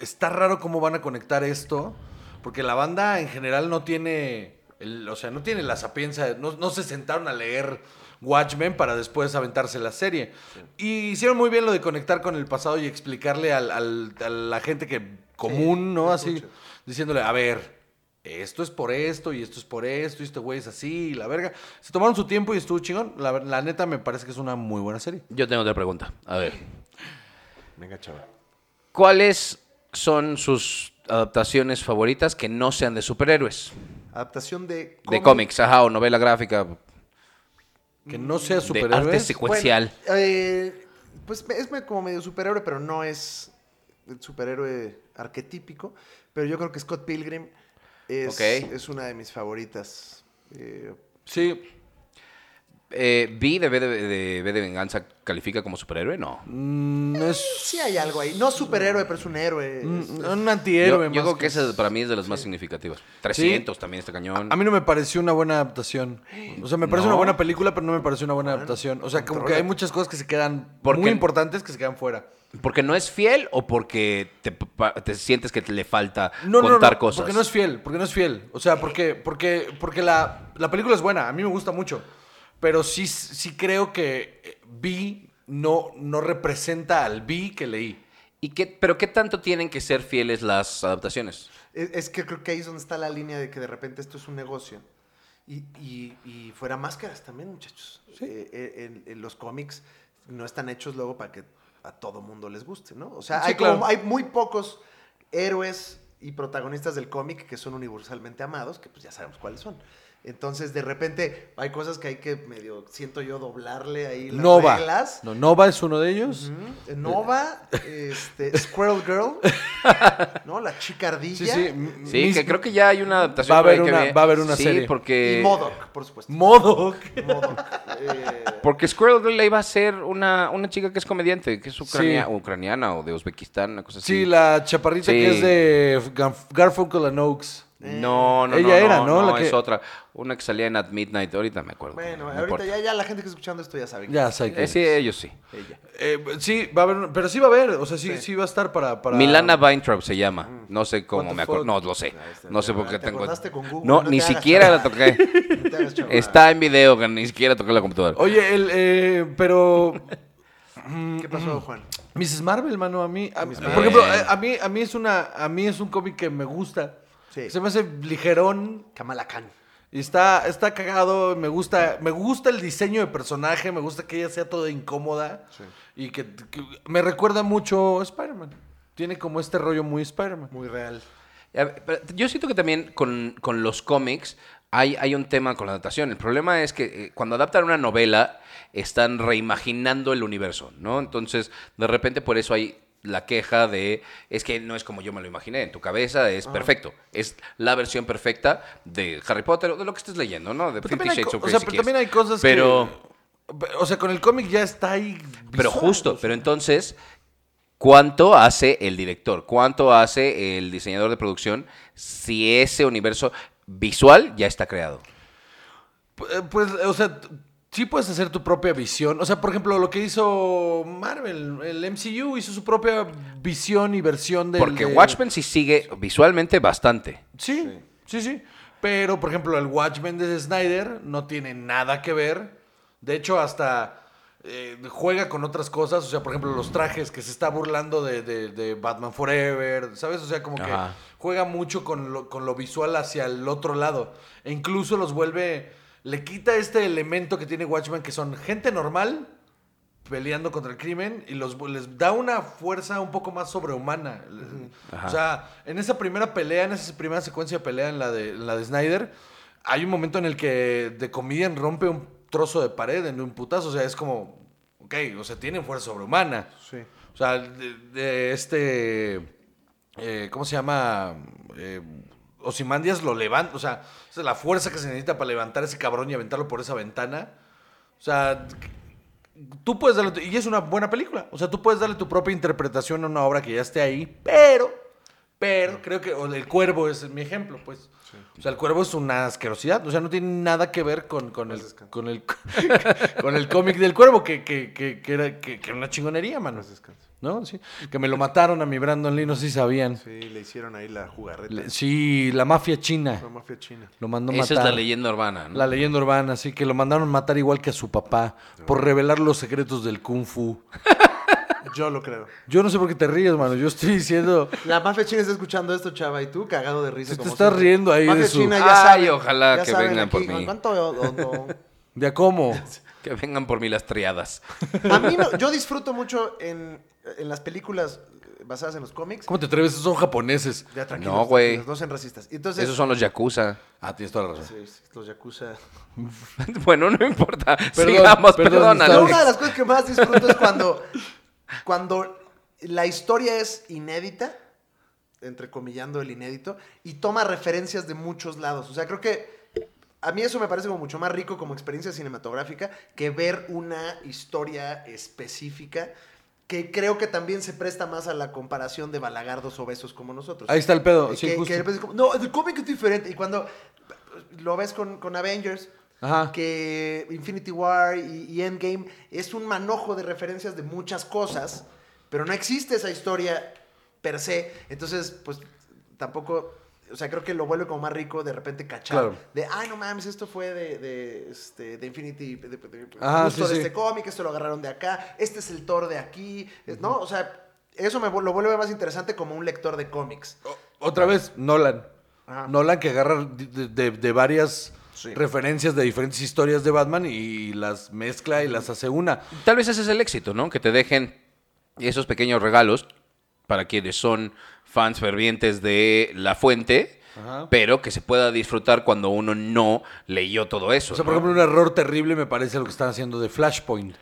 está raro cómo van a conectar esto, porque la banda en general no tiene, el- o sea, no tiene la sapienza, no, no se sentaron a leer Watchmen para después aventarse la serie. Y hicieron muy bien lo de conectar con el pasado y explicarle al, al- a la gente que común, Sí, ¿no? lo Así, escucho. diciéndole, a ver. Esto es por esto, y esto es por esto, y este güey es así, y la verga. Se tomaron su tiempo y estuvo chingón. La, ver- la neta me parece que es una muy buena serie. Yo tengo otra pregunta. A ver, Venga, chaval. ¿cuáles son sus adaptaciones favoritas que no sean de superhéroes? Adaptación de De cómics, ajá, o novela gráfica, Que no sea de arte superhéroes. secuencial. Bueno, eh, pues es me- como medio superhéroe, pero no es el superhéroe arquetípico. Pero yo creo que Scott Pilgrim es, Ok. es una de mis favoritas. Eh, Sí. Eh, ¿Vi de B de, de V de Venganza califica como superhéroe? No. Mm, es sí hay algo ahí. No superhéroe, pero es un héroe. Es- mm, un Yo, antihéroe. yo más creo que esa para mí es de las más significativas. 300 también está cañón. A mí no me pareció una buena adaptación. O sea, me parece No. una buena película, pero no me pareció una buena adaptación. O sea, como que hay muchas cosas que se quedan Porque- muy importantes que se quedan fuera. ¿Porque no es fiel o porque te, pa- te sientes que te le falta No, no, contar no, cosas? Porque no es fiel, porque no es fiel. O sea, porque, porque, porque la, la película es buena, a mí me gusta mucho. Pero sí, sí creo que eh, vi no, no representa al vi que leí. ¿Y qué, ¿Pero qué tanto tienen que ser fieles las adaptaciones? Es, es que creo que ahí es donde está la línea de que de repente esto es un negocio Y, y- y fuera máscaras también, muchachos. Eh, eh, en, en los cómics no están hechos luego para que a todo mundo les guste, ¿no? O sea, Sí, hay, como- claro. hay muy pocos héroes y protagonistas del cómic que son universalmente amados, que pues ya sabemos cuáles son. Entonces, de repente, hay cosas que hay que medio, siento yo, doblarle ahí las Nova. reglas. No, Nova es uno de ellos. Ujú. Mm, Nova, este, Squirrel Girl, ¿no? La chica ardilla. Sí, sí. m- Sí, mis- que creo que ya hay una adaptación. Va a por ahí haber que una- vi- va a haber una sí, serie. porque... Y Modoc, por supuesto. Modoc. Modoc. eh, Porque Squirrel Girl la iba a ser una, una chica que es comediante, que es ucrania- Sí. ucraniana o de Uzbekistán, una cosa así. Sí, la chaparrita Sí. que es de Garf- Garfunkel and Oaks. Eh. No, no, Ella no, era, no, ¿no? La es que- otra. Una que salía en At Midnight, ahorita me acuerdo. bueno, no ahorita importa. ya, ya la gente que está escuchando esto ya sabe. Ya sé que. Eh, sí, ellos sí. Eh, sí, va a haber, una- pero sí va a haber, o sea, sí, sí, Sí. va a estar para, para... Milana Weintraub se llama. Mm. No sé cómo What the me acuerdo. fuck? No, lo sé. No sé por qué Ah, este, Te acordaste con Google, No, no ni te hagas siquiera la chaval. toqué. No te hagas chaval. Está en video, que ni siquiera toqué la computadora. Oye, el, eh, pero ¿Qué pasó, Juan? Mrs. Marvel, mano, a mí, a- por Marvel. ejemplo, eh, a mí, a mí es una, a mí es un cómic que me gusta, Sí. se me hace ligerón Kamala Khan. y está, está cagado, me gusta, me gusta el diseño de personaje, me gusta que ella sea toda incómoda Sí. y que, que me recuerda mucho a Spider-Man, tiene como este rollo muy Spider-Man. Muy real. A ver, pero Yo siento que también con, con los cómics hay, hay un tema con la adaptación. El problema es que eh, cuando adaptan una novela están reimaginando el universo, ¿no? Entonces, de repente por eso hay la queja de es que no es como yo me lo imaginé, en tu cabeza es Ah. perfecto, es la versión perfecta de Harry Potter o de lo que estés leyendo, ¿no? De Pero Fifty también, hay, Shades co- of o Grey, sea, si pero quieres. también hay cosas pero, que, o sea, con el cómic ya está ahí. Pero visual, o justo, sea. pero entonces, ¿cuánto hace el director? ¿Cuánto hace el diseñador de producción si ese universo visual ya está creado? P- eh, Pues, o sea, t- sí puedes hacer tu propia visión. O sea, por ejemplo, lo que hizo Marvel, el MCU hizo su propia visión y versión del- de. Porque Watchmen sí sigue visualmente bastante. Sí, sí, sí. Pero, por ejemplo, el Watchmen de Snyder no tiene nada que ver. De hecho, hasta eh, juega con otras cosas. O sea, por ejemplo, los trajes que se está burlando de, de- de Batman Forever, ¿sabes? O sea, como Ajá. que juega mucho con lo, con lo visual hacia el otro lado. E incluso los vuelve. Le quita este elemento que tiene Watchmen, que son gente normal peleando contra el crimen y los, les da una fuerza un poco más sobrehumana. O sea, en esa primera pelea, en esa primera secuencia de pelea en la de, en la de Snyder, hay un momento en el que The Comedian rompe un trozo de pared en un putazo. O sea, es como, ok, o sea, tienen fuerza sobrehumana. Sí. O sea, de, de este. eh, ¿Cómo se llama? Eh, Ozymandias lo levanta. O sea, esa es la fuerza que se necesita para levantar a ese cabrón y aventarlo por esa ventana. O sea, tú puedes darle. tu- Y es una buena película. O sea, tú puedes darle tu propia interpretación a una obra que ya esté ahí, pero. Pero creo que o el cuervo es mi ejemplo, pues. O sea, el cuervo es una asquerosidad. O sea, no tiene nada que ver con, con el con el con el cómic del cuervo, que, que, que, que era que, que era una chingonería, mano. descanso. ¿No? Sí. Que me lo mataron a mi Brandon Lee, no sé si sabían. Sí, le hicieron ahí la jugarreta. Le- Sí, la mafia china. La mafia china. Lo mandó Esa matar. es la leyenda urbana. ¿no? La leyenda urbana, sí, que lo mandaron matar igual que a su papá por revelar los secretos del kung fu. Yo lo creo. Yo no sé por qué te ríes, mano. Yo estoy diciendo... La mafia china está escuchando esto, chava, y tú cagado de risa. Tú te como estás siempre. riendo ahí Mafia de su- china ya Ay, saben, ojalá ya que saben vengan por aquí, mí. ¿Cuánto? o- o- o- ¿De a cómo? Que vengan por mí las triadas. A mí no- yo disfruto mucho en, en las películas eh, basadas en los cómics. ¿Cómo te atreves? Esos son japoneses. Ya tranquilos. No, güey. tranquilos, No sean racistas. Y Entonces, Esos son los Yakuza. Ah, tienes toda la razón. Sí, sí, los yakuza. bueno, no importa. Perdón, Sigamos, perdón, perdón, Gustavo. Yo Alex. una de las cosas que más disfruto es cuando, cuando la historia es inédita, entrecomillando el inédito, y toma referencias de muchos lados. O sea, creo que a mí eso me parece como mucho más rico como experiencia cinematográfica que ver una historia específica que creo que también se presta más a la comparación de balagardos obesos como nosotros. Ahí está el pedo. Eh, Sí, que- justo. que de repente es como, no, el cómic es diferente. Y cuando lo ves con, con Avengers, Ajá. que Infinity War y, y Endgame es un manojo de referencias de muchas cosas, pero no existe esa historia per se. Entonces, pues tampoco. O sea, creo que lo vuelve como más rico de repente cachar. Claro. De, ay, no mames, esto fue de, de, este, de Infinity, de, de- de- Ah, justo sí, de sí. este cómic, esto lo agarraron de acá, este es el Thor de aquí, es- ¿no? O sea, eso me vu- lo vuelve más interesante como un lector de cómics. Otra vez, Nolan. Ajá. Nolan que agarra de, de- de varias Sí. referencias de diferentes historias de Batman y las mezcla y las hace una. Tal vez ese es el éxito, ¿no? Que te dejen esos pequeños regalos para quienes son fans fervientes de la fuente, Ajá. pero que se pueda disfrutar cuando uno no leyó todo eso. O sea, ¿no? por ejemplo, un error terrible me parece lo que están haciendo de Flashpoint.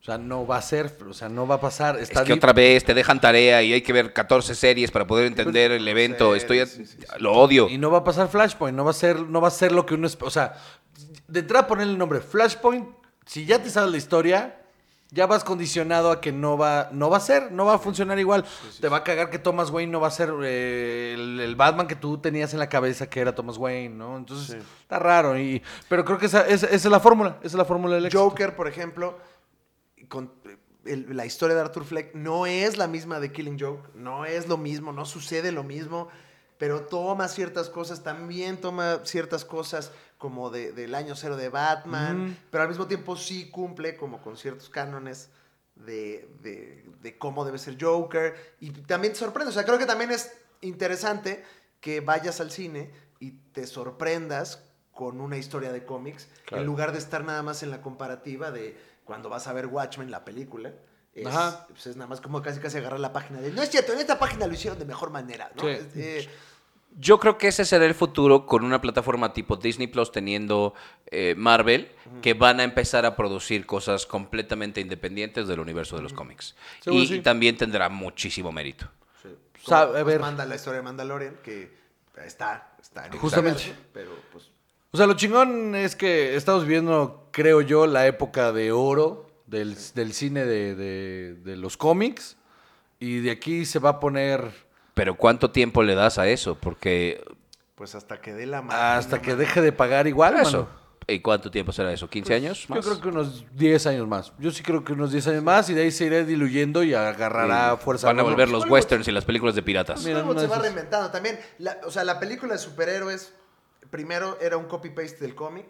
O sea, no va a ser, o sea, no va a pasar. Está es que di- otra vez te dejan tarea y hay que ver 14 series para poder entender Pues, el evento. series, Estoy a- sí, sí, sí. lo odio. Y no va a pasar Flashpoint, no va a ser, no va a ser lo que uno esp- O sea, de entrada ponerle el nombre Flashpoint, si ya te sabes la historia, ya vas condicionado a que no va, no va a ser, no va a funcionar igual. te va a cagar que Thomas Wayne no va a ser eh, el, el Batman que tú tenías en la cabeza que era Thomas Wayne, ¿no? Entonces, está raro. Y, pero creo que esa, esa- esa es la fórmula, esa es la fórmula del éxito. Joker, por ejemplo, con el- la historia de Arthur Fleck no es la misma de Killing Joke, no es lo mismo, no sucede lo mismo, pero toma ciertas cosas, también toma ciertas cosas como de- del año cero de Batman, pero al mismo tiempo sí cumple como con ciertos cánones. De, de- de cómo debe ser Joker. Y también te sorprende. O sea, creo que también es interesante que vayas al cine y te sorprendas con una historia de cómics Claro. en lugar de estar nada más en la comparativa de cuando vas a ver Watchmen, la película. Es, Ajá. pues es nada más como casi casi agarrar la página de no es cierto, en esta página lo hicieron de mejor manera, ¿no? Sí. Es- eh, Yo creo que ese será el futuro con una plataforma tipo Disney Plus teniendo eh, Marvel, que van a empezar a producir cosas completamente independientes del universo de los cómics. Seguro y sí. también tendrá muchísimo mérito. pues, Sa- a pues, ver. manda la historia de Mandalorian, que está, está en el Justamente. universo, Pero pues. O sea, lo chingón es que estamos viviendo, creo yo, la época de oro del, del cine de, de- de los cómics. Y de aquí se va a poner Pero ¿cuánto tiempo le das a eso? Porque Pues hasta que dé la mano. hasta que deje de pagar igual, eso. mano. ¿Y cuánto tiempo será eso? ¿15 años? Pues, Más? Yo creo que unos 10 años más. Yo sí creo que unos 10 años más y de ahí se irá diluyendo y agarrará fuerza. Van a nueva. volver los Hollywood- westerns y las películas de piratas. Mira, no Hollywood Pues, se es va eso. reinventando también. La- o sea, la película de superhéroes, primero era un copy-paste del cómic.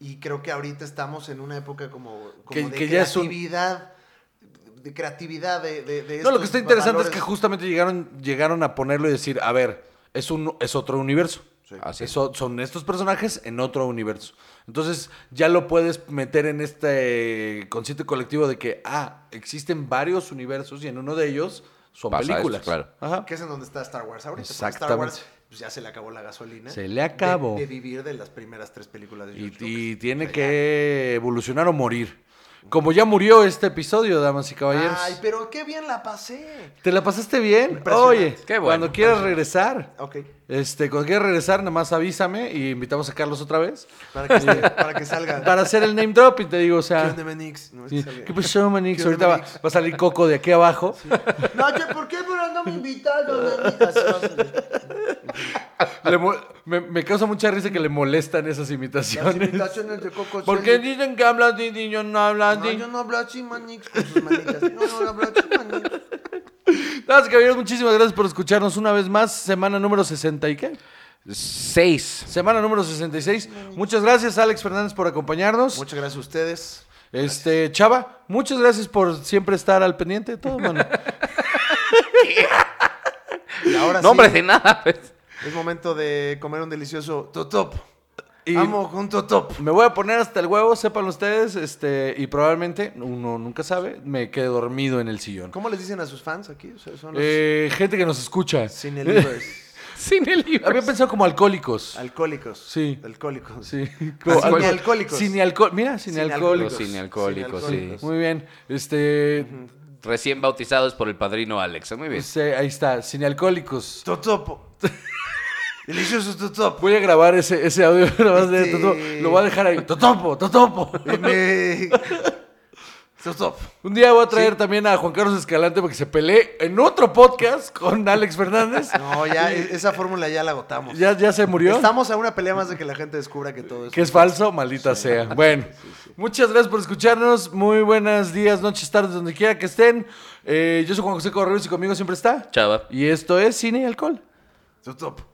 Y creo que ahorita estamos en una época como, como Que- de que ya es un- creatividad. De creatividad de, de, de No, lo estos que está interesante es valores. que justamente llegaron, llegaron a ponerlo y decir, a ver, es, un, es otro universo. Sí. Así es. Eso- son estos personajes en otro universo. Entonces ya lo puedes meter en este concierto colectivo de que, ah, existen varios universos y en uno de ellos son Pasa esto, películas. claro. Ajá. Que es en donde está Star Wars ahorita. porque Star Exactamente. Wars pues, ya se le acabó la gasolina. Se le acabó. De, de vivir de las primeras tres películas de Y, George Lucas. Pues y tiene O sea, que evolucionar o morir. Como ya murió este episodio, damas y ya. caballeros. Ay, pero qué bien la pasé. ¿Te la pasaste bien? Impresionante. Oye, Qué bueno. cuando quieras regresar. Ok. Este, cuando quieras regresar, nada más avísame y invitamos a Carlos otra vez. Para que, se- para que salga. Para hacer el name dropping, te digo, o ¿Qué sea. onda, Manix? No, es que sí. salga. ¿Qué pasó, Manix? ¿Qué Ahorita onda, va, Manix? va a salir Coco de aquí abajo. No, che, ¿por qué pero no me invitaron, amiga? Así va a salir. Le mo- me, me causa mucha risa que le molestan esas Las imitaciones. invitaciones de Coco ¿Por qué Celis. dicen que hablan así y yo no hablo No, así? yo no hablo así, Manix, con sus manitas. No, no hablo así, Manix. Damas y caballeros, muchísimas gracias por escucharnos una vez más. Semana número 60 y qué? Seis. Semana número 66. Muchas gracias, Alex Fernández, por acompañarnos. Mm. Muchas gracias a ustedes. Este, Chava, muchas gracias por siempre estar al pendiente de todo, mano. Y Ah, ahora sí, Nombres de nada. pues. es momento de comer un delicioso totop. Y- Amo con totop. Me voy a poner hasta el huevo, sepan ustedes, este, y probablemente, uno nunca sabe, me quede dormido en el sillón. ¿Cómo les dicen a sus fans aquí? O sea, son los Eh, gente que nos escucha. Eh, cinelivers. Sin el libro. Había pensado como alcohólicos. Alcohólicos. Sí. Alcohólicos. Sí. Como alco- alcohólicos. cinealco- Mira, cinealcohólicos. Los cinealcohólicos, Cinealcohólicos. Muy bien. Este, Recién bautizados por el padrino Alex. Muy bien. sí, eh, ahí está, cinealcohólicos. Totopo. Delicioso totop. Voy a grabar ese, ese audio, nada más de Sí. Totopo. lo voy a dejar ahí. Totopo, Totopo. Me- Totop. Un día voy a traer también a Juan Carlos Escalante para que se pelee en otro podcast con Alex Fernández. No, ya, e- esa fórmula ya la agotamos. ¿Ya, ya se murió? Estamos a una pelea más de que la gente descubra que todo Que es falso, maldita sea. Bueno, muchas gracias por escucharnos. Muy buenos días, noches, tardes, donde quiera que estén. Eh, yo soy Juan José Correos y conmigo siempre está. Chava. Y esto es Cine y Alcohol. Totop.